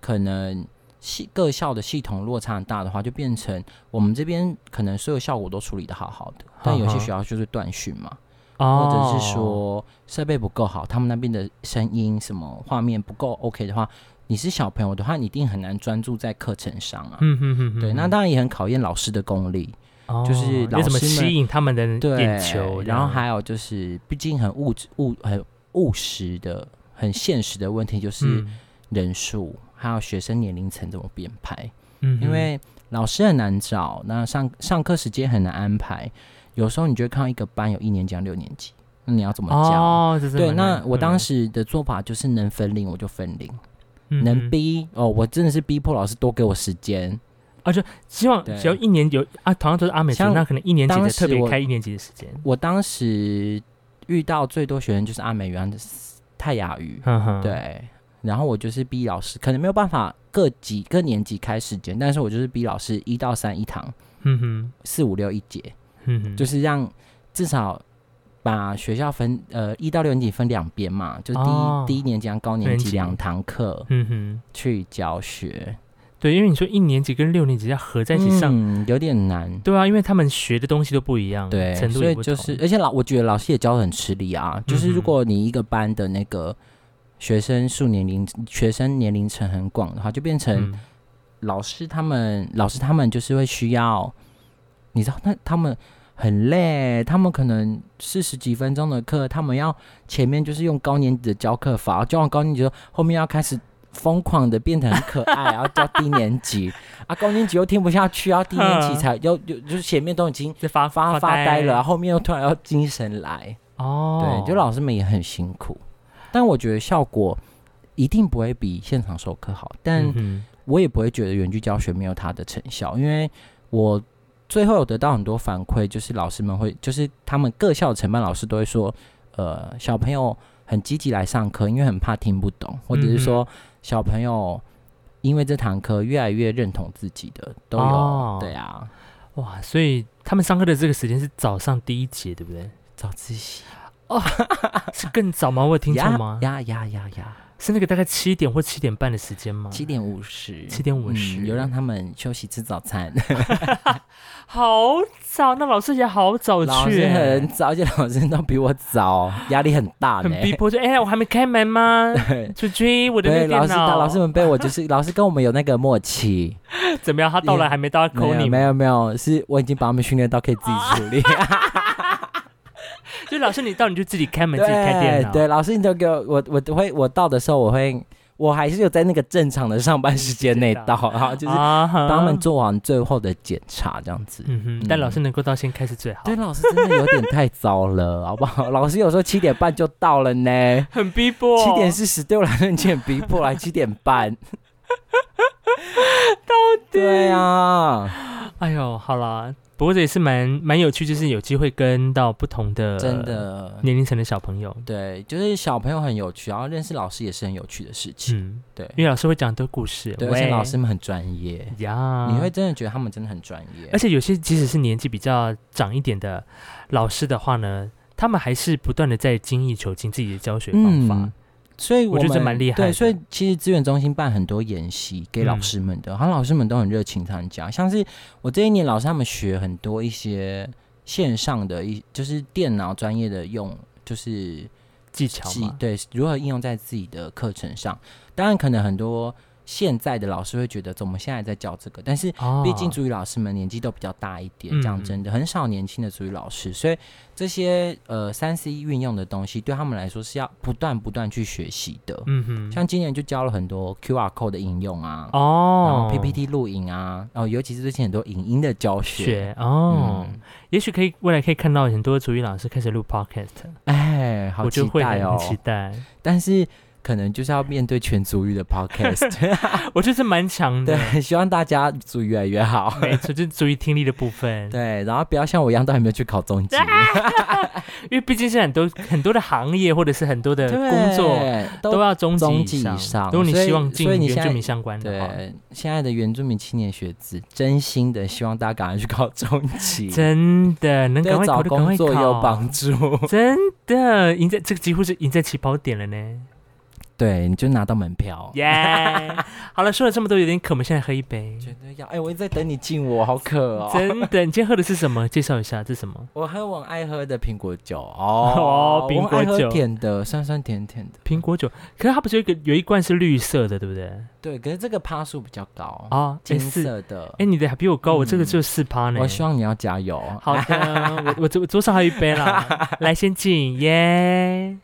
[SPEAKER 2] 可能系各校的系统落差很大的话，就变成我们这边可能所有效果都处理的好好的，但有些
[SPEAKER 1] 哈哈
[SPEAKER 2] 学校就是断讯嘛，
[SPEAKER 1] 嗯哦
[SPEAKER 2] 或者是，说设备不够好，他们那边的声音什么画面不够 OK 的话，你是小朋友的话，你一定很难专注在课程上啊。
[SPEAKER 1] 嗯哼哼哼，
[SPEAKER 2] 对，那当然也很考验老师的功力。
[SPEAKER 1] 哦
[SPEAKER 2] 就是
[SPEAKER 1] 要
[SPEAKER 2] 老
[SPEAKER 1] 怎么
[SPEAKER 2] 师们
[SPEAKER 1] 吸引他们的
[SPEAKER 2] 对，
[SPEAKER 1] 眼球，
[SPEAKER 2] 然后还有就是，毕竟很务实务很务实的、很现实的问题就是
[SPEAKER 1] 嗯
[SPEAKER 2] 人数，还有学生年龄层怎么编排，
[SPEAKER 1] 嗯哼
[SPEAKER 2] 因为老师很难找，那上上课时间很难安排，有时候你就会看到一个班有一年级、六年级，那你要怎么教？
[SPEAKER 1] 哦，这是
[SPEAKER 2] 对，
[SPEAKER 1] 蛮
[SPEAKER 2] 那
[SPEAKER 1] 难
[SPEAKER 2] 我当
[SPEAKER 1] 嗯
[SPEAKER 2] 时的做法就是能分龄我就分龄，
[SPEAKER 1] 嗯
[SPEAKER 2] 能
[SPEAKER 1] 哼
[SPEAKER 2] 逼哦，我真的是逼迫老师多给我时间。
[SPEAKER 1] 希望
[SPEAKER 2] 对
[SPEAKER 1] 只要一年有啊，同样都是阿美族，
[SPEAKER 2] 像
[SPEAKER 1] 那可能一年级的
[SPEAKER 2] 当时
[SPEAKER 1] 特别
[SPEAKER 2] 我
[SPEAKER 1] 开一年级的时间，
[SPEAKER 2] 我当时遇到最多学生就是阿美语、泰雅语，
[SPEAKER 1] 哼嗯哼，
[SPEAKER 2] 对，然后我就是逼老师，可能没有办法各级各年级开时间，但是我就是逼老师一到三一堂，
[SPEAKER 1] 嗯哼，
[SPEAKER 2] 四五六一节，
[SPEAKER 1] 嗯哼，
[SPEAKER 2] 就是让至少把学校分呃一到六年级分两边嘛，就第一、
[SPEAKER 1] 哦
[SPEAKER 2] 低年级和高年
[SPEAKER 1] 年
[SPEAKER 2] 级
[SPEAKER 1] 级
[SPEAKER 2] 两堂课
[SPEAKER 1] 嗯哼，
[SPEAKER 2] 去教学，
[SPEAKER 1] 对，因为你说一年级跟六年级要合在一起上，
[SPEAKER 2] 嗯、有点难。
[SPEAKER 1] 对啊，因为他们学的东西都不一样，
[SPEAKER 2] 对，
[SPEAKER 1] 嗯程度
[SPEAKER 2] 所
[SPEAKER 1] 也
[SPEAKER 2] 以
[SPEAKER 1] 不
[SPEAKER 2] 就
[SPEAKER 1] 同
[SPEAKER 2] 是，而且老，我觉得老师也教的很吃力啊。就是
[SPEAKER 1] 嗯
[SPEAKER 2] 如
[SPEAKER 1] 哼
[SPEAKER 2] 果你一个班的那个学生数年龄、学生年龄层很广的话，就变成
[SPEAKER 1] 嗯
[SPEAKER 2] 老师他们，老师他们就是会需要，你知道，那他们很累，他们可能四十几分钟的课，他们要前面就是用高年级的教课法，教完高年级之后，后面要开始疯狂的变得很可爱，然后教低年级， (laughs) 啊，高年级又听不下去，然后低年级才又又就是前面都已经
[SPEAKER 1] 在发
[SPEAKER 2] 发嗯发呆了，然后
[SPEAKER 1] 啊
[SPEAKER 2] 后面又突然要精神来，
[SPEAKER 1] 哦，
[SPEAKER 2] 对，就老师们也很辛苦，但我觉得效果一定不会比现场授课好，但、
[SPEAKER 1] 嗯哼
[SPEAKER 2] 我也不会觉得远距教学没有它的成效，因为我最后有得到很多反馈，就是老师们会，就是他们各校的承办老师都会说，呃，小朋友很积极来上课，因为很怕听不懂，或者是
[SPEAKER 1] 嗯
[SPEAKER 2] 说小朋友因为这堂课越来越认同自己的都有，
[SPEAKER 1] 哦
[SPEAKER 2] 对啊，
[SPEAKER 1] 哇，所以他们上课的这个时间是早上第一节，对不
[SPEAKER 2] (laughs)
[SPEAKER 1] 对？
[SPEAKER 2] 早自习，
[SPEAKER 1] 是更早吗？我有听错
[SPEAKER 2] 呀
[SPEAKER 1] 吗？
[SPEAKER 2] 呀呀呀呀，
[SPEAKER 1] 是那个大概七点或七点半的时间吗？
[SPEAKER 2] 七点五十，
[SPEAKER 1] 7:50
[SPEAKER 2] 嗯有让他们休息吃早餐，
[SPEAKER 1] 好早，那老师也好早
[SPEAKER 2] 老
[SPEAKER 1] 去
[SPEAKER 2] 师
[SPEAKER 1] 欸，
[SPEAKER 2] 很早，而且老师都比我早，压力很大呢，
[SPEAKER 1] 很逼迫，就哎，我还没开门吗？
[SPEAKER 2] 对
[SPEAKER 1] 追追我的那个
[SPEAKER 2] 对，
[SPEAKER 1] 电
[SPEAKER 2] 老师
[SPEAKER 1] 脑，
[SPEAKER 2] 他老师们被我就
[SPEAKER 1] (laughs)
[SPEAKER 2] 是老师跟我们有那个默契，
[SPEAKER 1] 怎么样？他到了还没到，他
[SPEAKER 2] 没
[SPEAKER 1] 扣你
[SPEAKER 2] 有
[SPEAKER 1] 吗
[SPEAKER 2] 没？有没有，是我已经把他们训练到可以自己
[SPEAKER 1] (laughs)
[SPEAKER 2] 处理，
[SPEAKER 1] 就老师你到你就自己开门，自己开电
[SPEAKER 2] 对
[SPEAKER 1] 脑。
[SPEAKER 2] 对，老师你都给我我我都会我到的时候我会我还是有在那个正常的上班时间内到，然后就是
[SPEAKER 1] 啊哈
[SPEAKER 2] 帮他们做完最后的检查这样子。
[SPEAKER 1] 嗯哼，但老师能够到先开是最好，
[SPEAKER 2] 对，老师真的有点太早了，好
[SPEAKER 1] (laughs)
[SPEAKER 2] 不好？老师有时候七点半就到了呢，
[SPEAKER 1] 很逼迫。
[SPEAKER 2] 七点四十对我来说有点逼迫
[SPEAKER 1] (laughs)
[SPEAKER 2] 来七点半。到底？对啊。
[SPEAKER 1] 哎呦，好啦，不过这也是蛮蛮有趣，就是有机会跟到不同的
[SPEAKER 2] 真的，
[SPEAKER 1] 年龄层的小朋友。
[SPEAKER 2] 对，就是小朋友很有趣，然后认识老师也是很有趣的事情。
[SPEAKER 1] 嗯，
[SPEAKER 2] 对
[SPEAKER 1] 因为老师会讲很多故事，
[SPEAKER 2] 对，而
[SPEAKER 1] 喂
[SPEAKER 2] 且老师们很专业，
[SPEAKER 1] 呀，
[SPEAKER 2] 你会。真的觉得他们真的很专业
[SPEAKER 1] 嗯而。且有些即使是年纪比较长一点的老师的话呢，他们还是不断的在精益求精自己的教学方法。
[SPEAKER 2] 嗯所以
[SPEAKER 1] 我觉得
[SPEAKER 2] 们
[SPEAKER 1] 这蛮厉害的
[SPEAKER 2] 对，所以其实资源中心办很多研习给老
[SPEAKER 1] 嗯
[SPEAKER 2] 师们的，然后老师们都很热情参加。像是我这一年，老师他们学很多一些线上的一，就是电脑专业的用，就是
[SPEAKER 1] 技巧
[SPEAKER 2] 技
[SPEAKER 1] 嘛，
[SPEAKER 2] 对如何应用在自己的课程上。当然，可能很多现在的老师会觉得，怎么现在在教这个？但是
[SPEAKER 1] 哦
[SPEAKER 2] 毕竟主语老师们年纪都比较大一点
[SPEAKER 1] 嗯，
[SPEAKER 2] 讲真的，很少年轻的主语老师，所以这些呃三 C 运用的东西对他们来说是要不断不断去学习的。
[SPEAKER 1] 嗯哼，
[SPEAKER 2] 像今年就教了很多 QR code 的应用啊，然
[SPEAKER 1] 哦
[SPEAKER 2] 后 PPT 录影啊，然后尤其是最近很多影音的教学，
[SPEAKER 1] 学哦，
[SPEAKER 2] 嗯
[SPEAKER 1] 也许可以未来可以看到很多主语老师开始录 podcast，
[SPEAKER 2] 哎，好
[SPEAKER 1] 我
[SPEAKER 2] 期
[SPEAKER 1] 就会
[SPEAKER 2] 待
[SPEAKER 1] 很
[SPEAKER 2] 哦！
[SPEAKER 1] 期待。 (laughs)
[SPEAKER 2] 但是可能就是要面对全族语
[SPEAKER 1] (laughs)
[SPEAKER 2] 的 podcast。
[SPEAKER 1] 我觉得这蛮强的，
[SPEAKER 2] 对，希望大家主语越来越好。
[SPEAKER 1] (laughs) 没错，就是注意听力的部分。
[SPEAKER 2] 对，然后不要像我一样都还没有去考中级，
[SPEAKER 1] 因为毕竟现在很多很多的行业或者是很多的
[SPEAKER 2] 对
[SPEAKER 1] 工作都要中
[SPEAKER 2] 中
[SPEAKER 1] 级
[SPEAKER 2] 级
[SPEAKER 1] 以
[SPEAKER 2] 以上
[SPEAKER 1] 如果你
[SPEAKER 2] 所以
[SPEAKER 1] 希望进
[SPEAKER 2] 所以你
[SPEAKER 1] 原
[SPEAKER 2] 现
[SPEAKER 1] 住
[SPEAKER 2] 在
[SPEAKER 1] 民相关的话，
[SPEAKER 2] 对现在的原住民青年学子，真心的希望大家赶快去考中级，
[SPEAKER 1] (laughs) 真的能赶
[SPEAKER 2] 对
[SPEAKER 1] 快
[SPEAKER 2] 找
[SPEAKER 1] 考就赶
[SPEAKER 2] 工
[SPEAKER 1] 快
[SPEAKER 2] 作有
[SPEAKER 1] 考。
[SPEAKER 2] 帮
[SPEAKER 1] (laughs)
[SPEAKER 2] 助。
[SPEAKER 1] 真的赢在这个几乎是赢在起跑点了
[SPEAKER 2] (laughs)
[SPEAKER 1] 呢，
[SPEAKER 2] 对，你就拿到门票。
[SPEAKER 1] 耶、好了，说了这么多，有点渴，我们现在喝一杯。
[SPEAKER 2] (laughs) 绝对要！哎、我一直在等你敬我，好渴哦。
[SPEAKER 1] (laughs) 真的，你今天喝的是什么？介绍一下，这是什么？
[SPEAKER 2] 我喝我爱喝的苹果
[SPEAKER 1] (laughs)
[SPEAKER 2] 酒
[SPEAKER 1] 哦
[SPEAKER 2] 哦，
[SPEAKER 1] 苹
[SPEAKER 2] 我爱
[SPEAKER 1] 果
[SPEAKER 2] 喝
[SPEAKER 1] 酒
[SPEAKER 2] 甜的，酸酸甜甜的。
[SPEAKER 1] 苹果酒。可是它不是有一个有一罐是绿色的，对不对？
[SPEAKER 2] 对，可是这个趴数比较高，
[SPEAKER 1] 哦，哎
[SPEAKER 2] 金
[SPEAKER 1] 四，
[SPEAKER 2] 色的
[SPEAKER 1] 哎、。你的还比我高，我这个
[SPEAKER 2] 嗯
[SPEAKER 1] 只有四趴呢。
[SPEAKER 2] 我希望你要加油。
[SPEAKER 1] 好的，我我桌桌上还有一杯啦，
[SPEAKER 2] (laughs)
[SPEAKER 1] 来先敬耶。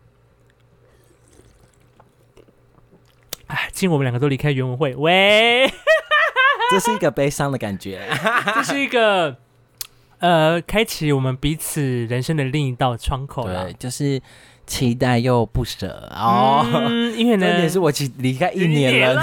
[SPEAKER 1] 哎，敬我们两个都离开原文会，喂，
[SPEAKER 2] 这是一个悲伤的感 (laughs) 觉。
[SPEAKER 1] 这是一个呃，开启我们彼此人生的另一道窗口啦
[SPEAKER 2] 对，。就是期待又不舍哦。 (laughs)
[SPEAKER 1] 嗯，因为
[SPEAKER 2] 重
[SPEAKER 1] 呢
[SPEAKER 2] 点，是我其离开一年了，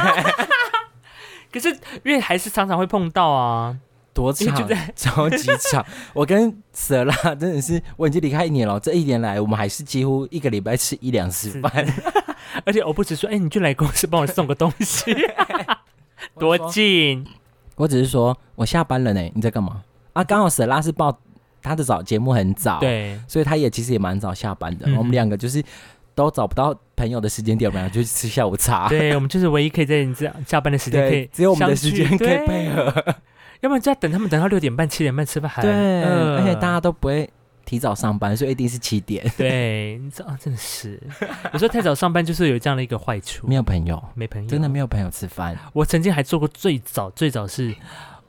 [SPEAKER 1] 可是因为还是常常会碰到啊，
[SPEAKER 2] 多
[SPEAKER 1] 因为
[SPEAKER 2] 长
[SPEAKER 1] 就？在
[SPEAKER 2] (laughs) 超级长！我跟舍拉 (laughs) 真的是，我已经离开一年了。这一年来，我们还是几乎一个礼拜吃一两次饭，
[SPEAKER 1] 而且我不止说，哎、你就来公司帮我送个东西，
[SPEAKER 2] (laughs)
[SPEAKER 1] 多近？
[SPEAKER 2] 我只是说我下班了呢，你在干嘛？啊，刚好舍拉是报他的早节目很早，，
[SPEAKER 1] 对，
[SPEAKER 2] 所以他也其实也蛮早下班的。
[SPEAKER 1] 嗯
[SPEAKER 2] 我们两个就是都找不到朋友的时间点，我们俩就去吃下午 (laughs) 茶。
[SPEAKER 1] 对，我们就是唯一可以在你这样下班的时间可以
[SPEAKER 2] 对，只有我们的时
[SPEAKER 1] 相聚
[SPEAKER 2] 间可以
[SPEAKER 1] 对
[SPEAKER 2] 配合。
[SPEAKER 1] 要不然就要等他们等到六点半、七点半吃饭嗯还
[SPEAKER 2] 对，而且大
[SPEAKER 1] 家
[SPEAKER 2] 家都不会提早上班，所以一定是七点。
[SPEAKER 1] 对，你知道啊真的是，有时候太早上班就是有这样的一个坏处，
[SPEAKER 2] 没有朋友，
[SPEAKER 1] 没朋友，
[SPEAKER 2] 真的没
[SPEAKER 1] 有。
[SPEAKER 2] 有朋友吃饭。
[SPEAKER 1] 我曾经还做过最早，最早是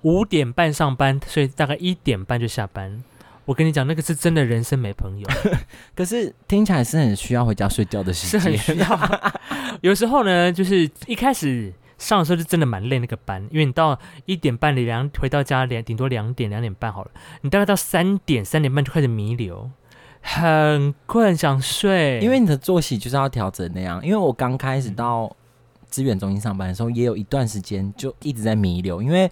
[SPEAKER 1] 五点半上班，所以大概一点半就下班。我跟你讲，那个是真的人生没朋友，
[SPEAKER 2] 可是听起来是很需要回家睡觉的时
[SPEAKER 1] 是
[SPEAKER 2] 间，
[SPEAKER 1] 很需要。 (laughs) 有时候呢，就是一开始上的时候就真的蛮累那个班，因为你到一点半你两回到家两顶多两点两点半好了，你大概到三点三点半就开始弥留，很困想睡，
[SPEAKER 2] 因为你的作息就是要调整那样。因为我刚开
[SPEAKER 1] 嗯
[SPEAKER 2] 始到资源中心上班的时候，也有一段时间就一直在弥留，因为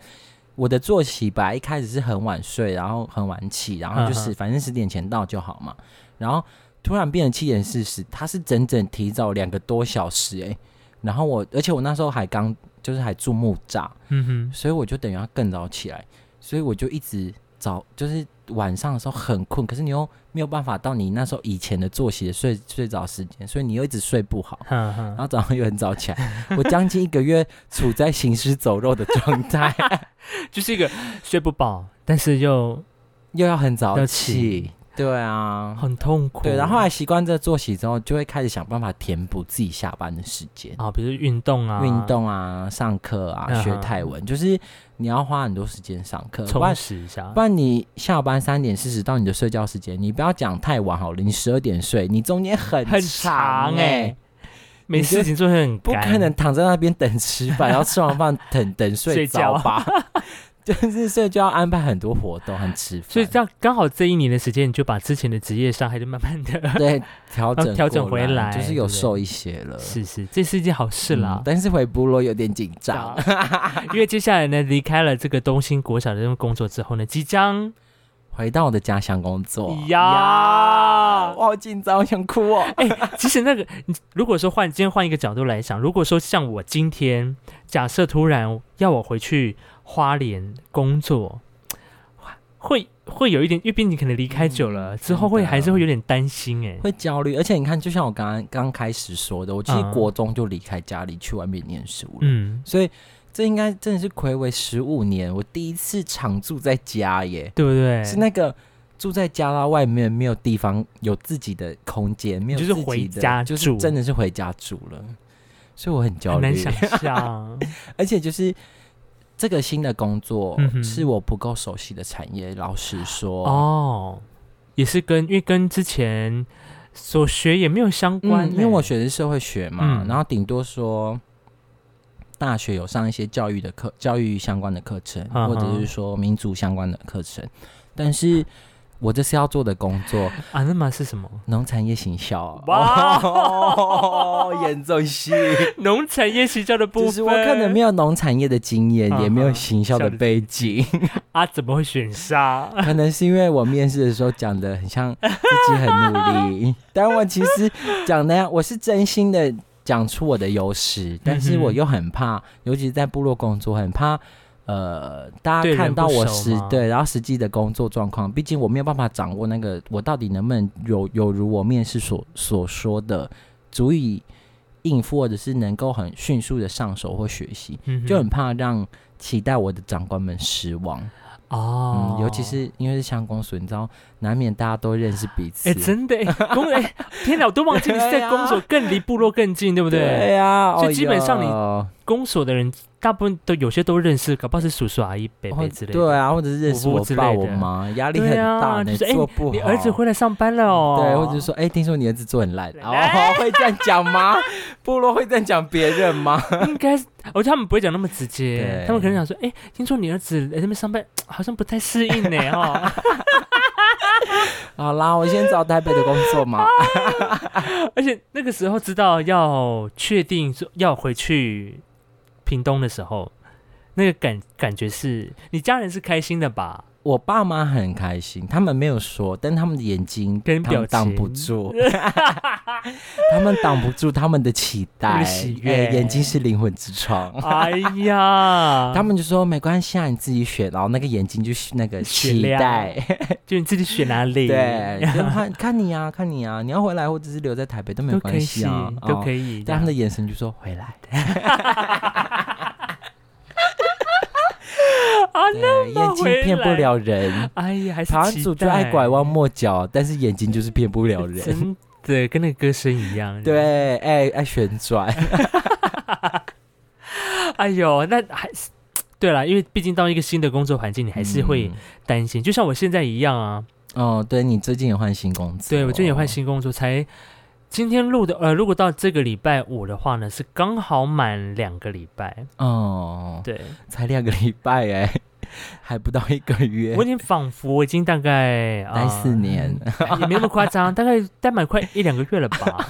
[SPEAKER 2] 我的作息本来一开始是很晚睡，然后很晚起，然后就是
[SPEAKER 1] 嗯
[SPEAKER 2] 反正十点前到就好嘛，然后突然变成七点四十，它是整整提早两个多小时哎、然后我，而且我那时候还刚就是还住木栅，
[SPEAKER 1] 嗯
[SPEAKER 2] 所以我就等于要更早起来，所以我就一直早就是晚上的时候很困，可是你又没有办法到你那时候以前的作息的睡睡早时间，所以你又一直睡不好，
[SPEAKER 1] 哼，哼哼
[SPEAKER 2] 然后早上又很早起来，我将近一个月处在行尸走肉的状态， (laughs)
[SPEAKER 1] 就是一个睡不饱，但是又
[SPEAKER 2] 又要很早
[SPEAKER 1] 要
[SPEAKER 2] 起，对啊。
[SPEAKER 1] 很痛苦。
[SPEAKER 2] 对，然后后来习惯这个作息之后，就会开始想办法填补自己下班的时间，
[SPEAKER 1] 啊，比如运动啊，
[SPEAKER 2] 运动啊、上课啊、
[SPEAKER 1] 嗯哼
[SPEAKER 2] 学泰文，就是你要花很多时间上课，不
[SPEAKER 1] 充
[SPEAKER 2] 然
[SPEAKER 1] 实一下
[SPEAKER 2] 不。然你下班三点四十到你的睡觉时间，你不要讲太晚好了，你十二点睡，你中间很
[SPEAKER 1] 很
[SPEAKER 2] 长
[SPEAKER 1] 长
[SPEAKER 2] 哎、
[SPEAKER 1] 欸没事情做会很
[SPEAKER 2] 不
[SPEAKER 1] 干
[SPEAKER 2] 可能躺在那边等吃饭，然后吃完饭等等
[SPEAKER 1] 睡
[SPEAKER 2] 睡
[SPEAKER 1] 觉
[SPEAKER 2] 着吧？ (laughs) 就是睡就要安排很多活动，很吃饭，
[SPEAKER 1] 所以这样刚好这一年的时间，你就把之前的职业伤害就慢慢的，
[SPEAKER 2] 对调整
[SPEAKER 1] 调整
[SPEAKER 2] 过
[SPEAKER 1] 回来
[SPEAKER 2] 就是
[SPEAKER 1] 对
[SPEAKER 2] 有
[SPEAKER 1] 不对。
[SPEAKER 2] 瘦一些了
[SPEAKER 1] 是是，这是一件好事啦
[SPEAKER 2] 嗯。但是回部落有点紧张
[SPEAKER 1] 啊。 (laughs) 因为接下来呢，离开了这个东兴国小的这份工作之后呢，即将
[SPEAKER 2] 回到我的家乡工作，
[SPEAKER 1] 呀
[SPEAKER 2] 我好紧张，我想哭哦。
[SPEAKER 1] (laughs) 哎、其实那个，你如果说换今天换一个角度来想，如果说像我今天，假设突然要我回去花莲工作，会会有一点，因为毕竟你可能离开久了、之后会，
[SPEAKER 2] 嗯真的
[SPEAKER 1] 还是会有点担心哎、
[SPEAKER 2] 会焦虑，而且你看，就像我刚刚刚开始说的，我其实
[SPEAKER 1] 嗯
[SPEAKER 2] 国中就离开家里去外面念书了，
[SPEAKER 1] 嗯，
[SPEAKER 2] 所以这应该真的是暌违十五年，我第一次常住在家耶，
[SPEAKER 1] 对不对？
[SPEAKER 2] 是那个住在家啦，外面没有地方有自己的空间，没有
[SPEAKER 1] 就是
[SPEAKER 2] 自己
[SPEAKER 1] 回
[SPEAKER 2] 的
[SPEAKER 1] 家
[SPEAKER 2] 就是
[SPEAKER 1] 住
[SPEAKER 2] 真的是回家住了，所以我很焦
[SPEAKER 1] 很难
[SPEAKER 2] 虑，
[SPEAKER 1] 想象，
[SPEAKER 2] 而且就是。这个新的工作
[SPEAKER 1] 嗯哼
[SPEAKER 2] 是我不够熟悉的产业，老实说，
[SPEAKER 1] 哦，也是跟因为跟之前所学也没有相关、
[SPEAKER 2] 嗯，因为我
[SPEAKER 1] 欸
[SPEAKER 2] 学的是社会学嘛，
[SPEAKER 1] 嗯
[SPEAKER 2] 然后顶多说大学有上一些教育的课，教育相关的课程，
[SPEAKER 1] 嗯哼
[SPEAKER 2] 或者是说民族相关的课程，但是我这是要做的工作，
[SPEAKER 1] 啊，那么是什
[SPEAKER 2] (laughs)
[SPEAKER 1] 么？
[SPEAKER 2] 农产业行销。
[SPEAKER 1] 哇
[SPEAKER 2] 哦，严重性。
[SPEAKER 1] 农产业行销的部分，
[SPEAKER 2] 就是我可能没有农产业的经验，
[SPEAKER 1] 嗯
[SPEAKER 2] 也没有行销的
[SPEAKER 1] 嗯
[SPEAKER 2] 背景，
[SPEAKER 1] 啊，怎么会选上？
[SPEAKER 2] 可能是因为我面试的时候讲的很像自己很努力，
[SPEAKER 1] (laughs)
[SPEAKER 2] 但我其实讲那样，我是真心的讲出我的优
[SPEAKER 1] 嗯
[SPEAKER 2] 势，但是我又很怕，尤其是在部落工作，很怕。呃，大
[SPEAKER 1] 对
[SPEAKER 2] 家
[SPEAKER 1] 人
[SPEAKER 2] 看到
[SPEAKER 1] 不
[SPEAKER 2] 我
[SPEAKER 1] 熟
[SPEAKER 2] 实
[SPEAKER 1] 吗
[SPEAKER 2] 对，然后实际的工作状况，毕竟我没有办法掌握那个我到底能不能有有如我面试所所说的，足以应付或者是能够很迅速的上手或学习，
[SPEAKER 1] 嗯哼
[SPEAKER 2] (laughs) 就很怕让期待我的长官们失望。
[SPEAKER 1] 哦
[SPEAKER 2] 嗯，，尤其是因为是乡公所，你知道，难免大家都认识彼此。
[SPEAKER 1] 哎，真的，哎公哎，天哪，我都忘记你
[SPEAKER 2] (laughs)
[SPEAKER 1] 是
[SPEAKER 2] 对
[SPEAKER 1] 在
[SPEAKER 2] 啊
[SPEAKER 1] 公所，更离部落更近，对不对？
[SPEAKER 2] 对呀、哦
[SPEAKER 1] 所以基本上你
[SPEAKER 2] 你
[SPEAKER 1] 公所的人大部分都有些都认识，搞不好是叔叔阿姨、伯伯之类的。
[SPEAKER 2] 对啊，或者是认识
[SPEAKER 1] 伯伯
[SPEAKER 2] 我
[SPEAKER 1] 之类
[SPEAKER 2] 爸
[SPEAKER 1] 的
[SPEAKER 2] 我妈，压力很
[SPEAKER 1] 对啊，
[SPEAKER 2] 大呢，
[SPEAKER 1] 就是哎，
[SPEAKER 2] 做不好。
[SPEAKER 1] 你儿子回来上班了哦，
[SPEAKER 2] 对，或者说，哎、听说你儿子做很烂，
[SPEAKER 1] 哎
[SPEAKER 2] 哦， (laughs) 会这样讲吗？ (laughs) 部落会这样讲别人
[SPEAKER 1] (laughs)
[SPEAKER 2] 吗？
[SPEAKER 1] 应该，我觉得他们不会讲那么直接，
[SPEAKER 2] 对
[SPEAKER 1] 他们可能想说，哎，听说你儿子在那边上班，好像不太适应呢，哦，
[SPEAKER 2] 好啦，我先找台北的工作嘛。
[SPEAKER 1] (laughs)
[SPEAKER 2] (laughs)
[SPEAKER 1] 而且那个时候知道要确定说要回去屏东的时候，那个感感觉是你家人是开心的
[SPEAKER 2] (laughs)
[SPEAKER 1] 吧？
[SPEAKER 2] 我爸妈很开心，他们没有说，但他们的眼睛
[SPEAKER 1] 跟
[SPEAKER 2] 他们
[SPEAKER 1] 表
[SPEAKER 2] 挡不
[SPEAKER 1] 情 (laughs)
[SPEAKER 2] 住，他们挡不住他们的期
[SPEAKER 1] 他们
[SPEAKER 2] 待，
[SPEAKER 1] 的喜
[SPEAKER 2] 哎
[SPEAKER 1] 悦
[SPEAKER 2] 眼睛是灵魂之窗。
[SPEAKER 1] 哎呀，
[SPEAKER 2] 他们就说没关系啊，你自己选，然后那个眼睛就是那个
[SPEAKER 1] 雪
[SPEAKER 2] 期
[SPEAKER 1] 亮
[SPEAKER 2] 待，
[SPEAKER 1] 就你自己选哪里， (laughs)
[SPEAKER 2] 对，就看看你啊，看你啊，你要回来或者是留在台北都没
[SPEAKER 1] 都
[SPEAKER 2] 有
[SPEAKER 1] 可
[SPEAKER 2] 关
[SPEAKER 1] 以
[SPEAKER 2] 系
[SPEAKER 1] 洗
[SPEAKER 2] 啊，，
[SPEAKER 1] 都可
[SPEAKER 2] 以。
[SPEAKER 1] 以。
[SPEAKER 2] 但他们的眼神就说回来，
[SPEAKER 1] 啊，
[SPEAKER 2] 对，眼睛骗不
[SPEAKER 1] 回来 (laughs)
[SPEAKER 2] 了人。
[SPEAKER 1] 哎呀，还是
[SPEAKER 2] 台湾
[SPEAKER 1] 期
[SPEAKER 2] 组就爱
[SPEAKER 1] 待
[SPEAKER 2] 拐弯抹角，但是眼睛就是骗不了人。
[SPEAKER 1] 真的跟那个歌声一样。，
[SPEAKER 2] (laughs) 对，爱爱旋转，
[SPEAKER 1] 哎呦，那还是对啦，因为毕竟到一个新的工作环境，你 (laughs) 还是会
[SPEAKER 2] 嗯。
[SPEAKER 1] 担心，就像我现在一样啊。
[SPEAKER 2] 哦，对你最近也换新工作，
[SPEAKER 1] 对，我最近也
[SPEAKER 2] 哦
[SPEAKER 1] 换。新工作，才今天录的。呃，如果到这个礼拜五的话呢，是刚好满两个礼拜。
[SPEAKER 2] 哦，
[SPEAKER 1] 对，
[SPEAKER 2] 才两个礼拜哎，还不到一个月
[SPEAKER 1] 我。已经仿佛我已经大概呃
[SPEAKER 2] 待四年
[SPEAKER 1] 也没那么夸
[SPEAKER 2] (laughs)
[SPEAKER 1] 张，大概待满快一两个月了吧。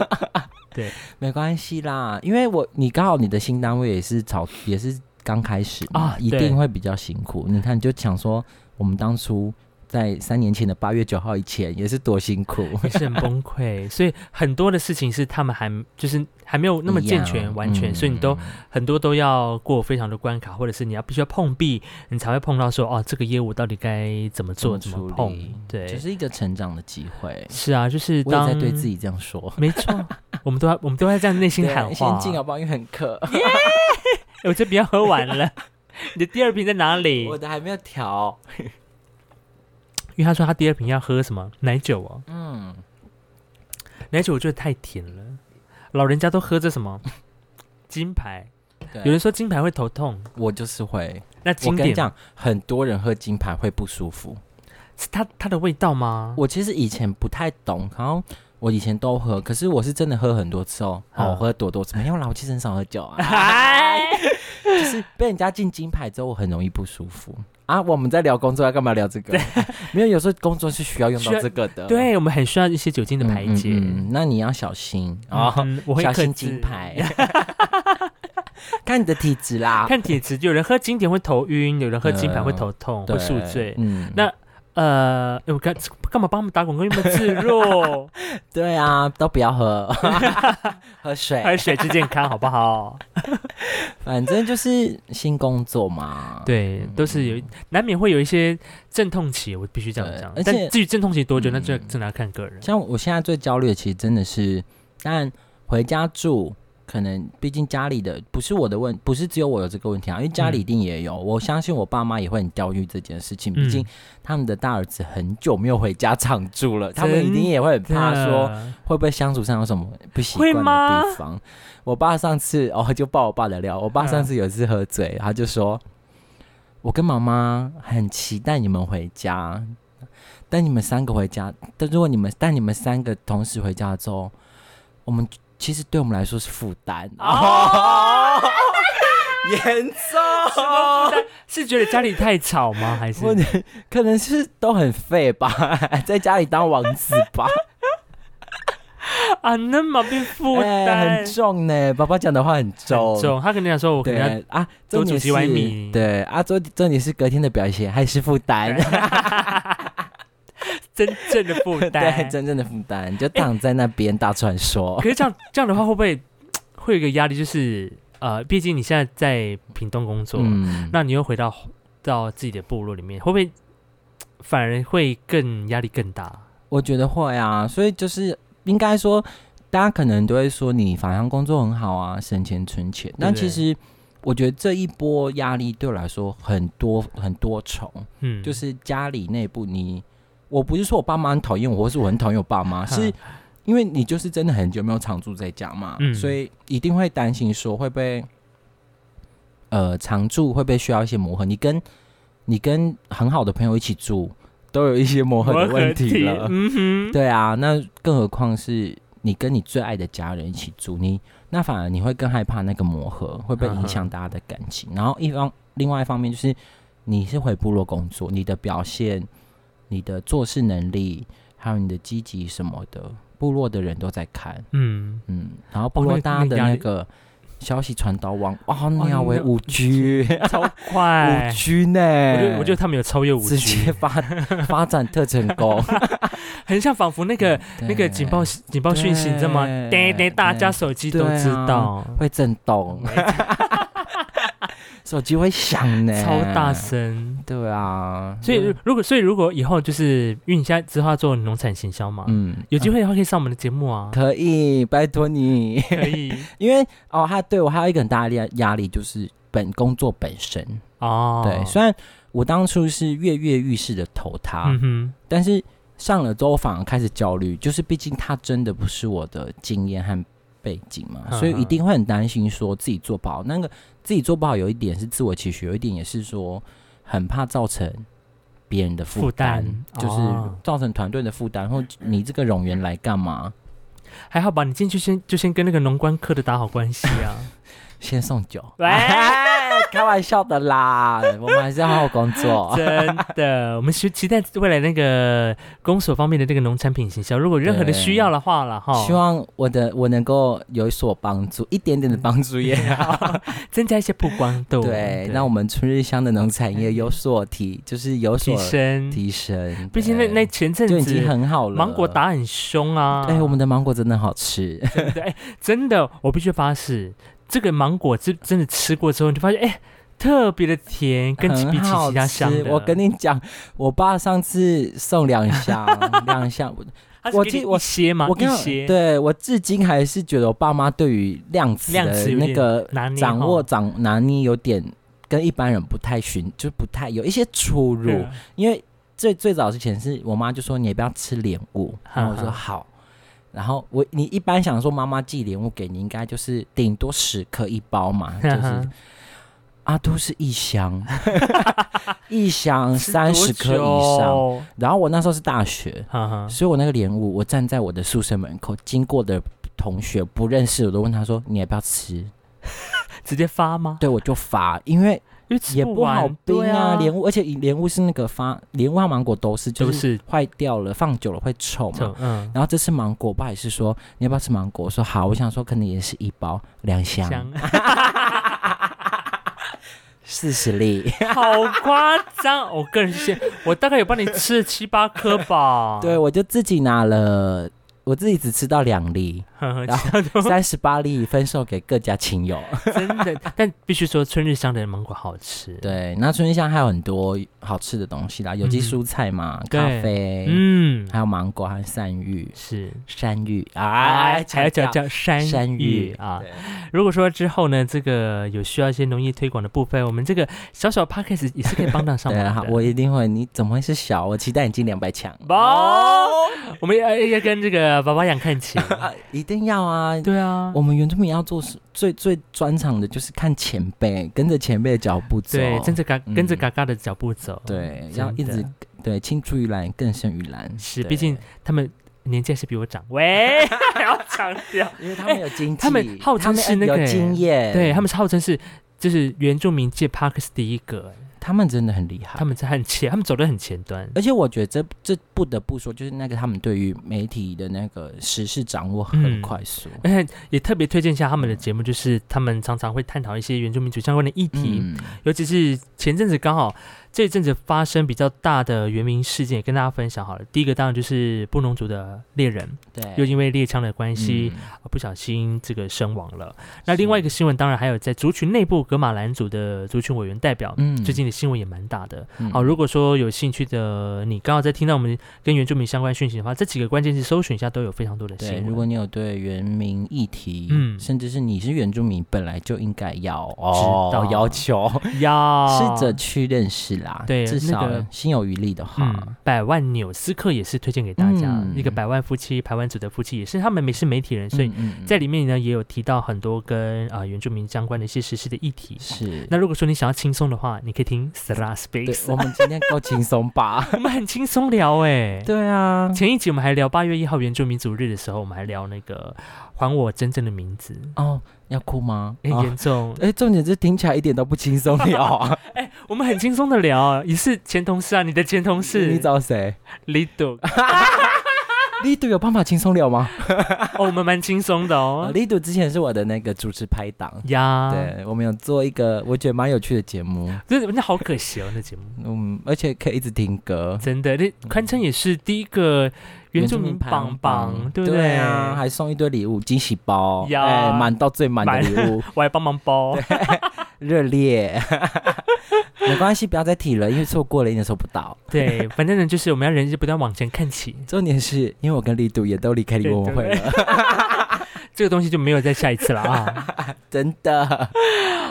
[SPEAKER 2] 没关系啦，因为我你刚好你的新单位也是早也是刚开始嘛
[SPEAKER 1] 啊
[SPEAKER 2] 一
[SPEAKER 1] 对
[SPEAKER 2] 定会比较辛苦。你看，你就想说我们当初在三年前的八月九号以前也是多辛苦，
[SPEAKER 1] 也是很崩溃，所以很多的事情是他们还就是还没有那么健
[SPEAKER 2] 一
[SPEAKER 1] 全
[SPEAKER 2] 样嗯
[SPEAKER 1] 完全，所以你都很多都要过非常的关卡，或者是你要必须要碰壁，你才会碰到说哦，这个业务到底该怎么做，怎
[SPEAKER 2] 怎
[SPEAKER 1] 么
[SPEAKER 2] 么处
[SPEAKER 1] 碰
[SPEAKER 2] 理？
[SPEAKER 1] 对，
[SPEAKER 2] 就是一个成长的机会。
[SPEAKER 1] 是啊，就是
[SPEAKER 2] 我也
[SPEAKER 1] 当
[SPEAKER 2] 在对自己这样说，
[SPEAKER 1] 没
[SPEAKER 2] (laughs)
[SPEAKER 1] 错，我们都要我们都在这样内心
[SPEAKER 2] 对啊
[SPEAKER 1] 喊话
[SPEAKER 2] 先。进好不好？因为很渴，
[SPEAKER 1] (laughs) 哎我这瓶要喝完了，你的第二瓶在哪里？
[SPEAKER 2] (laughs) 我的还没有调。
[SPEAKER 1] 因为他说他第二瓶要喝什么奶酒哦，
[SPEAKER 2] 嗯，
[SPEAKER 1] 奶酒我觉得太甜了，老人家都喝这什
[SPEAKER 2] (laughs)
[SPEAKER 1] 么金牌，
[SPEAKER 2] 嗯对
[SPEAKER 1] 有人说金牌会头痛，
[SPEAKER 2] 我就是会，
[SPEAKER 1] 那
[SPEAKER 2] 我
[SPEAKER 1] 经
[SPEAKER 2] 跟你
[SPEAKER 1] 典
[SPEAKER 2] 讲，很多人喝金牌会不舒服。
[SPEAKER 1] 是它它的味道吗？
[SPEAKER 2] 我其实以前不太懂，然后我以前都喝，可是我是真的喝很多次哦。
[SPEAKER 1] 嗯
[SPEAKER 2] 哦，我喝多多次，没有啦，我其实很少喝酒啊。
[SPEAKER 1] 哎，
[SPEAKER 2] 就是被人家进金牌之后，我很容易不舒服啊。我们在聊工作，要干嘛聊这个？ (laughs) 没有，有时候工作是需要用
[SPEAKER 1] 需
[SPEAKER 2] 到
[SPEAKER 1] 要
[SPEAKER 2] 这个
[SPEAKER 1] (laughs) (laughs)
[SPEAKER 2] 的。
[SPEAKER 1] 对我们很需要一些酒精
[SPEAKER 2] 嗯，
[SPEAKER 1] 的排解。
[SPEAKER 2] 嗯嗯那你要小心啊，
[SPEAKER 1] 嗯我会
[SPEAKER 2] 小
[SPEAKER 1] 克
[SPEAKER 2] 心
[SPEAKER 1] 制
[SPEAKER 2] 金牌。 (laughs) 看你的体质啦，
[SPEAKER 1] (laughs) 看铁质，有人喝经典会头晕，有人喝金牌会头痛，
[SPEAKER 2] 对
[SPEAKER 1] 会宿醉。
[SPEAKER 2] 嗯
[SPEAKER 1] 那呃，哎我干干嘛帮我们打广告？有没有自
[SPEAKER 2] (laughs)
[SPEAKER 1] 弱？
[SPEAKER 2] 对啊，都不
[SPEAKER 1] (laughs)
[SPEAKER 2] 要喝，喝水。
[SPEAKER 1] 喝水之健康，好不
[SPEAKER 2] (laughs)
[SPEAKER 1] 好？
[SPEAKER 2] 反正就是新工作嘛。
[SPEAKER 1] 对，都是有难免会有一些阵痛期，我必须这样讲。
[SPEAKER 2] 对而且
[SPEAKER 1] 但至于阵痛期多久，那这真的要看个人。
[SPEAKER 2] 像我现在最焦虑的，其实真的是，但回家住，可能毕竟家里的不是我的问，不是只有我有这个问题啊，因为家里一定也有。我相信我爸妈也会很焦虑这件事情，
[SPEAKER 1] 嗯
[SPEAKER 2] 毕竟他们的大儿子很久没有回家常住了，他们
[SPEAKER 1] 真
[SPEAKER 2] 一定也会很
[SPEAKER 1] 真
[SPEAKER 2] 嗯怕
[SPEAKER 1] 的
[SPEAKER 2] 说会不会相处上有什么不习
[SPEAKER 1] 会
[SPEAKER 2] 惯
[SPEAKER 1] 吗
[SPEAKER 2] 的地方。我爸上次 (laughs) 哦，就爆我爸的料，我爸
[SPEAKER 1] 嗯
[SPEAKER 2] 上次有一次喝醉，他就说：“我跟妈妈很期待你们回家，但你们三个回家，但如果你们但你们三个同时回家之后，我们其实对我们来说是负担。
[SPEAKER 1] 哦，
[SPEAKER 2] (laughs) 严重。
[SPEAKER 1] 啊是觉得家里太吵吗？还是
[SPEAKER 2] (laughs) 我可能是都很废吧， (laughs) 在家里当王子吧，
[SPEAKER 1] 啊那么被负
[SPEAKER 2] 哎
[SPEAKER 1] 担
[SPEAKER 2] 很？重呢。爸爸讲的话很重，
[SPEAKER 1] 很重，他可能想说，我可能要
[SPEAKER 2] 对啊，
[SPEAKER 1] 多煮
[SPEAKER 2] 重点
[SPEAKER 1] 几碗
[SPEAKER 2] 是
[SPEAKER 1] 米
[SPEAKER 2] 对啊，重重点是隔天的表现还是负担，
[SPEAKER 1] (laughs) 真正的负
[SPEAKER 2] (laughs) 对
[SPEAKER 1] 担，。
[SPEAKER 2] 真正的负担，你就躺在那边大传说。
[SPEAKER 1] 可是这样这样的话，会不会会有一个压力？就是呃，毕竟你现在在屏东工作，
[SPEAKER 2] 嗯，
[SPEAKER 1] 那你又回到到自己的部落里面，会不会反而会更压力更大？
[SPEAKER 2] 我觉得会啊，所以就是应该说，大家可能都会说你返乡工作很好啊，省钱存钱，但
[SPEAKER 1] 对
[SPEAKER 2] 其实。我觉得这一波压力对我来说很多很多重，
[SPEAKER 1] 嗯，
[SPEAKER 2] 就是家里内部你，我不是说我爸妈很讨厌我，或是我很讨厌我爸妈，
[SPEAKER 1] (laughs) 哈
[SPEAKER 2] 是因为你就是真的很久没有常住在家嘛，
[SPEAKER 1] 嗯
[SPEAKER 2] 所以一定会担心说会不会，呃，常住会不会需要一些磨合？你跟你跟很好的朋友一起住，都有一些磨合
[SPEAKER 1] 我
[SPEAKER 2] 的问题了。
[SPEAKER 1] 嗯哼，
[SPEAKER 2] (laughs) 对啊，那更何况是你跟你最爱的家人一起住，你那反而你会更害怕那个磨合会不会影响大家的感
[SPEAKER 1] 嗯
[SPEAKER 2] 情。然后一方另外一方面就是你是回部落工作，你的表现、你的做事能力，还有你的积极什么的，部落的人都在看，
[SPEAKER 1] 嗯，
[SPEAKER 2] 嗯，然后部落
[SPEAKER 1] 那
[SPEAKER 2] 大家
[SPEAKER 1] 那
[SPEAKER 2] 的
[SPEAKER 1] 压力
[SPEAKER 2] 那个消息传导网哦，
[SPEAKER 1] 哦
[SPEAKER 2] 鸟为
[SPEAKER 1] 那 (laughs)
[SPEAKER 2] 五 G，
[SPEAKER 1] 超
[SPEAKER 2] 五
[SPEAKER 1] 快。
[SPEAKER 2] G
[SPEAKER 1] 我
[SPEAKER 2] 呢？
[SPEAKER 1] 哎觉得，我觉得他们有超越五
[SPEAKER 2] 直
[SPEAKER 1] G，
[SPEAKER 2] 接发 (laughs) 发展特成功，
[SPEAKER 1] 很像仿佛那个 (laughs) 那个
[SPEAKER 2] 对
[SPEAKER 1] 警报警报讯息，你知道吗？对
[SPEAKER 2] 对
[SPEAKER 1] 对，大家手机都知道，
[SPEAKER 2] 会震
[SPEAKER 1] (laughs)
[SPEAKER 2] 动，手机会响呢，
[SPEAKER 1] 超大。声。
[SPEAKER 2] 对啊，
[SPEAKER 1] 所以如果所以如果以后就是因为你现在之后要做农产行销嘛，
[SPEAKER 2] 嗯，
[SPEAKER 1] 有机
[SPEAKER 2] 会、
[SPEAKER 1] 会的话可以上我们的节目
[SPEAKER 2] (laughs)
[SPEAKER 1] 啊，
[SPEAKER 2] 可以，拜托你， (laughs)
[SPEAKER 1] 可以
[SPEAKER 2] 因为哦，还对我还有一个很大的压压力就是本工作本身。
[SPEAKER 1] (laughs) 哦。
[SPEAKER 2] 对，虽然我当初是跃跃欲试的投他，
[SPEAKER 1] 嗯哼，
[SPEAKER 2] 但是上了之后反而开始焦虑，就是毕竟他真的不是我的经验和背景嘛，
[SPEAKER 1] 嗯
[SPEAKER 2] 所以一定会很担心说自己做不好。那个自己做不好有一点是自我期许，有一点也是说很怕造成别人的负担
[SPEAKER 1] 负，担
[SPEAKER 2] 就是
[SPEAKER 1] 哦
[SPEAKER 2] 造成团队的负担，或你这个冗员来干嘛？
[SPEAKER 1] 还好吧，你进去先就先跟那个农关科的打好关系
[SPEAKER 2] (laughs)
[SPEAKER 1] 啊。
[SPEAKER 2] 先送酒。
[SPEAKER 1] (laughs) 喂
[SPEAKER 2] 开玩笑的啦，我们还是要好好工
[SPEAKER 1] (laughs)
[SPEAKER 2] 作。
[SPEAKER 1] 真的，我们期期待未来那个公所方面的那个农产品行销，如果有任何的需要的话了哈，
[SPEAKER 2] 希望我的我能够有所帮助，一点点的帮助也好。
[SPEAKER 1] (laughs) 增加一些曝光度。
[SPEAKER 2] 对，让我们春日乡的农产业有所提，就是有所
[SPEAKER 1] 提升。
[SPEAKER 2] 提升。
[SPEAKER 1] 毕竟那
[SPEAKER 2] 对
[SPEAKER 1] 那前阵
[SPEAKER 2] 就已经
[SPEAKER 1] 子
[SPEAKER 2] 很好了，
[SPEAKER 1] 芒果打很凶啊，
[SPEAKER 2] 哎，我们的芒果真的好吃，
[SPEAKER 1] 真的，我必须发誓，这个芒果真真的吃过之后，你就发现哎、特别的甜， (laughs) 跟
[SPEAKER 2] 很
[SPEAKER 1] 比起
[SPEAKER 2] 好
[SPEAKER 1] 其他香
[SPEAKER 2] 吃
[SPEAKER 1] 的。
[SPEAKER 2] 我跟你讲，我爸上次送两
[SPEAKER 1] (laughs)
[SPEAKER 2] 箱，两箱，
[SPEAKER 1] 他是
[SPEAKER 2] 我
[SPEAKER 1] 给
[SPEAKER 2] 记
[SPEAKER 1] 你
[SPEAKER 2] 我
[SPEAKER 1] 一些嘛，
[SPEAKER 2] 我跟
[SPEAKER 1] 一
[SPEAKER 2] 你
[SPEAKER 1] 些
[SPEAKER 2] 讲对我至今还是觉得我爸妈对于量词
[SPEAKER 1] 量
[SPEAKER 2] 的
[SPEAKER 1] 词有
[SPEAKER 2] 那
[SPEAKER 1] 点
[SPEAKER 2] 个
[SPEAKER 1] 拿捏
[SPEAKER 2] 掌
[SPEAKER 1] 吼
[SPEAKER 2] 握掌拿捏有点跟一般人不太寻，就不太有一些出入。
[SPEAKER 1] 对啊
[SPEAKER 2] 因为最最早之前是我妈就说你也不要吃莲雾，
[SPEAKER 1] 哈哈
[SPEAKER 2] 然后我说好，然后我你一般想说妈妈寄莲雾给你，应该就是顶多十颗一包嘛，就
[SPEAKER 1] 哈哈
[SPEAKER 2] 是啊都是一
[SPEAKER 1] (laughs)
[SPEAKER 2] 箱，一箱嗯三十颗以上。
[SPEAKER 1] 上，
[SPEAKER 2] 然后我那时候是大学，
[SPEAKER 1] 哈哈，
[SPEAKER 2] 所以我那个莲雾，我站在我的宿舍门口，经过的同学不认识，我都问他说你要不要吃？
[SPEAKER 1] 直接发吗？
[SPEAKER 2] 对我就发，因为
[SPEAKER 1] 因为吃
[SPEAKER 2] 也
[SPEAKER 1] 不
[SPEAKER 2] 不好
[SPEAKER 1] 完
[SPEAKER 2] 冰
[SPEAKER 1] 对
[SPEAKER 2] 啊，
[SPEAKER 1] 啊，
[SPEAKER 2] 莲雾，而且莲雾是那个发莲雾和芒果都是，就
[SPEAKER 1] 都
[SPEAKER 2] 是
[SPEAKER 1] 是
[SPEAKER 2] 坏掉了，放久了会臭嘛。
[SPEAKER 1] 臭，嗯，
[SPEAKER 2] 然后这次芒果，我爸也是说你要不要吃芒果？我说好，我想说可能也是一包两箱
[SPEAKER 1] 香，
[SPEAKER 2] 四十粒。
[SPEAKER 1] 好夸张！我个人是先，我大概有帮你吃了七八颗吧。
[SPEAKER 2] (laughs) 对，
[SPEAKER 1] 呵
[SPEAKER 2] 我就自己拿了，我自己只吃到两
[SPEAKER 1] (laughs)
[SPEAKER 2] 粒，
[SPEAKER 1] 呵，
[SPEAKER 2] 然后三十八粒分售给各家亲友。 (laughs)
[SPEAKER 1] 真的，但必须说春日香的芒果好吃。，
[SPEAKER 2] 对，那春香还有很多好吃的东西啦，有机
[SPEAKER 1] 嗯
[SPEAKER 2] 蔬菜嘛，
[SPEAKER 1] 对
[SPEAKER 2] 咖啡，
[SPEAKER 1] 嗯，
[SPEAKER 2] 还有芒果，还有山芋，
[SPEAKER 1] 是。
[SPEAKER 2] 山芋，
[SPEAKER 1] 哎
[SPEAKER 2] 哎，，
[SPEAKER 1] 还要叫
[SPEAKER 2] 强调
[SPEAKER 1] 叫山
[SPEAKER 2] 山
[SPEAKER 1] 芋
[SPEAKER 2] 芋
[SPEAKER 1] 啊
[SPEAKER 2] 对！
[SPEAKER 1] 如果说之后呢，这个有需要一些农业推广的部分，我们这个小小 p a c k a g e 也是可以帮到上
[SPEAKER 2] (laughs) 对
[SPEAKER 1] 忙
[SPEAKER 2] 啊
[SPEAKER 1] 的。，
[SPEAKER 2] 我一定会。你怎么会是小？我期待你进两百强。
[SPEAKER 1] (laughs) 哦，我们要要跟这个爸爸养看
[SPEAKER 2] (laughs)
[SPEAKER 1] 齐。
[SPEAKER 2] 啊，一定要啊！
[SPEAKER 1] 对啊，
[SPEAKER 2] 我们原住民要做是最最专长的，就是看前辈，跟着前辈的脚步走。
[SPEAKER 1] 对，跟着嘎
[SPEAKER 2] 嗯
[SPEAKER 1] 跟着嘎嘎的脚步走。
[SPEAKER 2] 对，
[SPEAKER 1] 真
[SPEAKER 2] 要一直
[SPEAKER 1] 的
[SPEAKER 2] 对青出于蓝更胜于蓝。
[SPEAKER 1] 是，
[SPEAKER 2] 对
[SPEAKER 1] 毕竟他们年纪还是比我长。
[SPEAKER 2] (laughs)
[SPEAKER 1] 喂，还要强调， (laughs)
[SPEAKER 2] 因为他们有经济，
[SPEAKER 1] 他们号称是那个
[SPEAKER 2] 有经验，
[SPEAKER 1] 对他们是号称是就是原住民界 Parkes 第一个，
[SPEAKER 2] 他们真的很厉害
[SPEAKER 1] 他。们在很前，他们走得很前端。
[SPEAKER 2] 而且我觉得这这不得不说，就是那个他们对于媒体的那个时事掌握
[SPEAKER 1] 嗯
[SPEAKER 2] 很快速。
[SPEAKER 1] 而且 (laughs) 也特别推荐一下他们的节目，就是他们常常会探讨一些原住民族相关的议题，
[SPEAKER 2] 嗯，
[SPEAKER 1] 尤其是前阵子刚好这一阵子发生比较大的原民事件，也跟大家分享好了。第一个当然就是布农族的猎人，
[SPEAKER 2] 对，
[SPEAKER 1] 又因为猎枪的关系、
[SPEAKER 2] 哎嗯
[SPEAKER 1] 呃不小心这个身亡了。那另外一个新闻当然还有在族群内部，格马兰族的族群委员代表，
[SPEAKER 2] 嗯
[SPEAKER 1] 最近的新闻也蛮大的。
[SPEAKER 2] 嗯
[SPEAKER 1] 好，如果说有兴趣的你，刚好在听到我们跟原住民相关讯息的话，这几个关键字搜寻一下都有非常多的新
[SPEAKER 2] 对，
[SPEAKER 1] 闻。
[SPEAKER 2] 如果你有对原民议题，
[SPEAKER 1] 嗯
[SPEAKER 2] 甚至是你是原住民，本来就应该要
[SPEAKER 1] 道
[SPEAKER 2] 哦，要求
[SPEAKER 1] 要
[SPEAKER 2] (laughs) 试着去认识啦。
[SPEAKER 1] 对
[SPEAKER 2] 至
[SPEAKER 1] 那
[SPEAKER 2] 少
[SPEAKER 1] 个
[SPEAKER 2] 心有余力的话，
[SPEAKER 1] 嗯，百万纽斯克也是推荐给大家，
[SPEAKER 2] 嗯
[SPEAKER 1] 一个百万夫妻、百万组的夫妻也是，他们也是媒体人，所以
[SPEAKER 2] 嗯嗯嗯
[SPEAKER 1] 在里面呢也有提到很多跟啊、呃原住民相关的一些实事的议题。
[SPEAKER 2] 是
[SPEAKER 1] 那如果说你想要轻松的话，你可以听 s l a
[SPEAKER 2] 对
[SPEAKER 1] Space，，
[SPEAKER 2] 我们今天够轻松
[SPEAKER 1] (laughs)
[SPEAKER 2] 吧？
[SPEAKER 1] 我们很轻松聊哎、
[SPEAKER 2] 对啊，
[SPEAKER 1] 前一集我们还聊八月一号原住民族日的时候，我们还聊那个还我真正的名字，
[SPEAKER 2] 哦，要哭吗？
[SPEAKER 1] 很
[SPEAKER 2] 哦
[SPEAKER 1] 严重。
[SPEAKER 2] 哎，重点是听起来一点都不轻松
[SPEAKER 1] (laughs)
[SPEAKER 2] 了啊！
[SPEAKER 1] 我们很轻松的聊，也是前同事啊，你的前同
[SPEAKER 2] 你
[SPEAKER 1] 事
[SPEAKER 2] 找谁？
[SPEAKER 1] Lido，
[SPEAKER 2] 力度有办法轻松聊吗？
[SPEAKER 1] 哦，我们蛮轻松的
[SPEAKER 2] (laughs)
[SPEAKER 1] 哦。啊
[SPEAKER 2] 力度之前是我的那个主持拍档，
[SPEAKER 1] 呀，，
[SPEAKER 2] 对我们有做一个我觉得蛮有趣的节目，
[SPEAKER 1] 这那好可惜哦，那节目
[SPEAKER 2] 嗯，而且可以一直听歌，
[SPEAKER 1] 真的，那堪称也是第一个原住民榜榜，对不
[SPEAKER 2] 对
[SPEAKER 1] 对
[SPEAKER 2] 啊，？还送一堆礼物，惊喜包，
[SPEAKER 1] 呀
[SPEAKER 2] 哎，满到最满的
[SPEAKER 1] 满
[SPEAKER 2] 礼
[SPEAKER 1] (laughs)
[SPEAKER 2] 物，
[SPEAKER 1] 我还帮忙包，
[SPEAKER 2] 热烈。 (laughs) 没关系，不要再提了，因为错过了一年收不到。
[SPEAKER 1] (laughs) 对，反正呢，就是我们要人生不断往前看齐，
[SPEAKER 2] (laughs) 重点是因为我跟力度也都离开李文会了， (laughs)
[SPEAKER 1] 这个东西就没有再下一次了 (laughs) 啊。
[SPEAKER 2] 真的。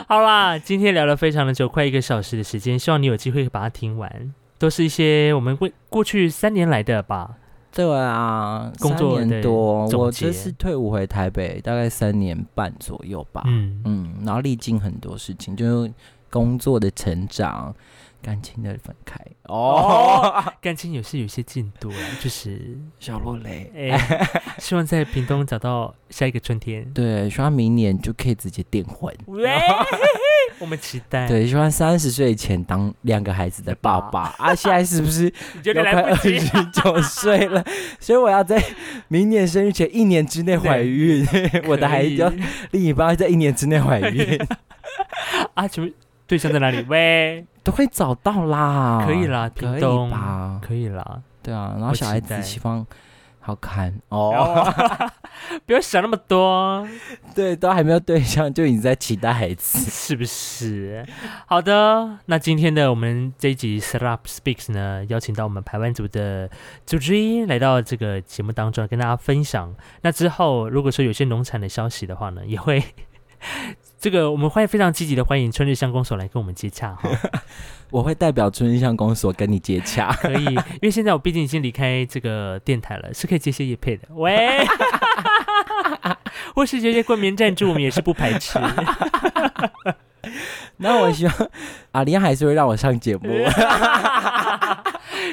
[SPEAKER 1] 好啦，今天聊了非常的久，快一个小时的时间，希望你有机会把它听完，都是一些我们过过去三年来的吧。
[SPEAKER 2] 对啊，
[SPEAKER 1] 工作
[SPEAKER 2] 三
[SPEAKER 1] 的
[SPEAKER 2] 年多，
[SPEAKER 1] 总
[SPEAKER 2] 我
[SPEAKER 1] 结
[SPEAKER 2] 这次退伍回台北大概三年半左右吧。
[SPEAKER 1] 嗯，
[SPEAKER 2] 嗯，然后历经很多事情，就是工作的成长，感情的分开。
[SPEAKER 1] 哦，感情也是有一些进度啦，就是
[SPEAKER 2] 小落雷。
[SPEAKER 1] 哎，希望在屏东找到下一个春天。
[SPEAKER 2] 对，希望明年就可以直接订婚。
[SPEAKER 1] 喂， (laughs) 我们期待。，
[SPEAKER 2] 对，希望三十岁以前当两个孩子的爸爸啊！现在是不是
[SPEAKER 1] 哎 (laughs) 有
[SPEAKER 2] 都
[SPEAKER 1] 点
[SPEAKER 2] 快
[SPEAKER 1] 来
[SPEAKER 2] 二
[SPEAKER 1] 不及
[SPEAKER 2] 十。九岁
[SPEAKER 1] (laughs)
[SPEAKER 2] 了？所以我要在明年生日前一年之内怀孕， (laughs) 我的
[SPEAKER 1] 可
[SPEAKER 2] 孩子
[SPEAKER 1] 以
[SPEAKER 2] 要另一半要在一年之内怀孕，
[SPEAKER 1] (laughs) 啊，请问对象在哪里？喂，
[SPEAKER 2] (laughs) 都会找到啦，
[SPEAKER 1] 可以啦，
[SPEAKER 2] 啊可
[SPEAKER 1] 屏
[SPEAKER 2] 以
[SPEAKER 1] 东
[SPEAKER 2] 吧？
[SPEAKER 1] 可以啦。
[SPEAKER 2] 对啊，然
[SPEAKER 1] 我
[SPEAKER 2] 后小孩
[SPEAKER 1] 期待
[SPEAKER 2] 子希望好看
[SPEAKER 1] 然
[SPEAKER 2] 哦，
[SPEAKER 1] 后 (laughs) 不要想那么多，
[SPEAKER 2] (laughs) 对，都还没有对象就已经在期待孩子，
[SPEAKER 1] 是不是？好的，那今天的我们这一集 s l a p Speaks 呢，邀请到我们排湾组的组之一来到这个节目当中，跟大家分享。那之后，如果说有些农产的消息的话呢，也会。 (laughs) 这个我们欢迎非常积极的欢迎春日乡公所来跟我们接洽哈，
[SPEAKER 2] 我会代表春香公所跟你接洽。
[SPEAKER 1] 可以，因为现在我毕竟已经离开这个电台了，是可以接些叶配的。
[SPEAKER 2] (laughs)
[SPEAKER 1] 喂，或是接些冠名赞助，我们也是不排斥。
[SPEAKER 2] 那我希望阿丽还是会让我上节目。
[SPEAKER 1] (laughs) 啊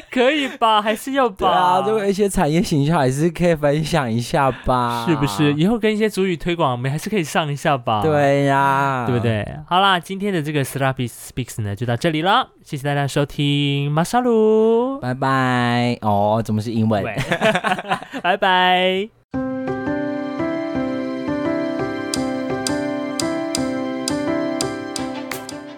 [SPEAKER 1] 可以吧？还是要
[SPEAKER 2] 对
[SPEAKER 1] 吧？
[SPEAKER 2] 啊，如果有一些产业形象还是可以分享一下吧，
[SPEAKER 1] 是不是？？以后跟一些主语推广，我们还是可以上一下吧？。
[SPEAKER 2] 对啊呀、
[SPEAKER 1] 对不？对？好啦，今天的这个 s l a p y Speaks 呢就到这里了，谢谢大家收听，马沙鲁，
[SPEAKER 2] 拜拜。哦，怎么是英文？
[SPEAKER 1] 喂 (laughs) 拜拜。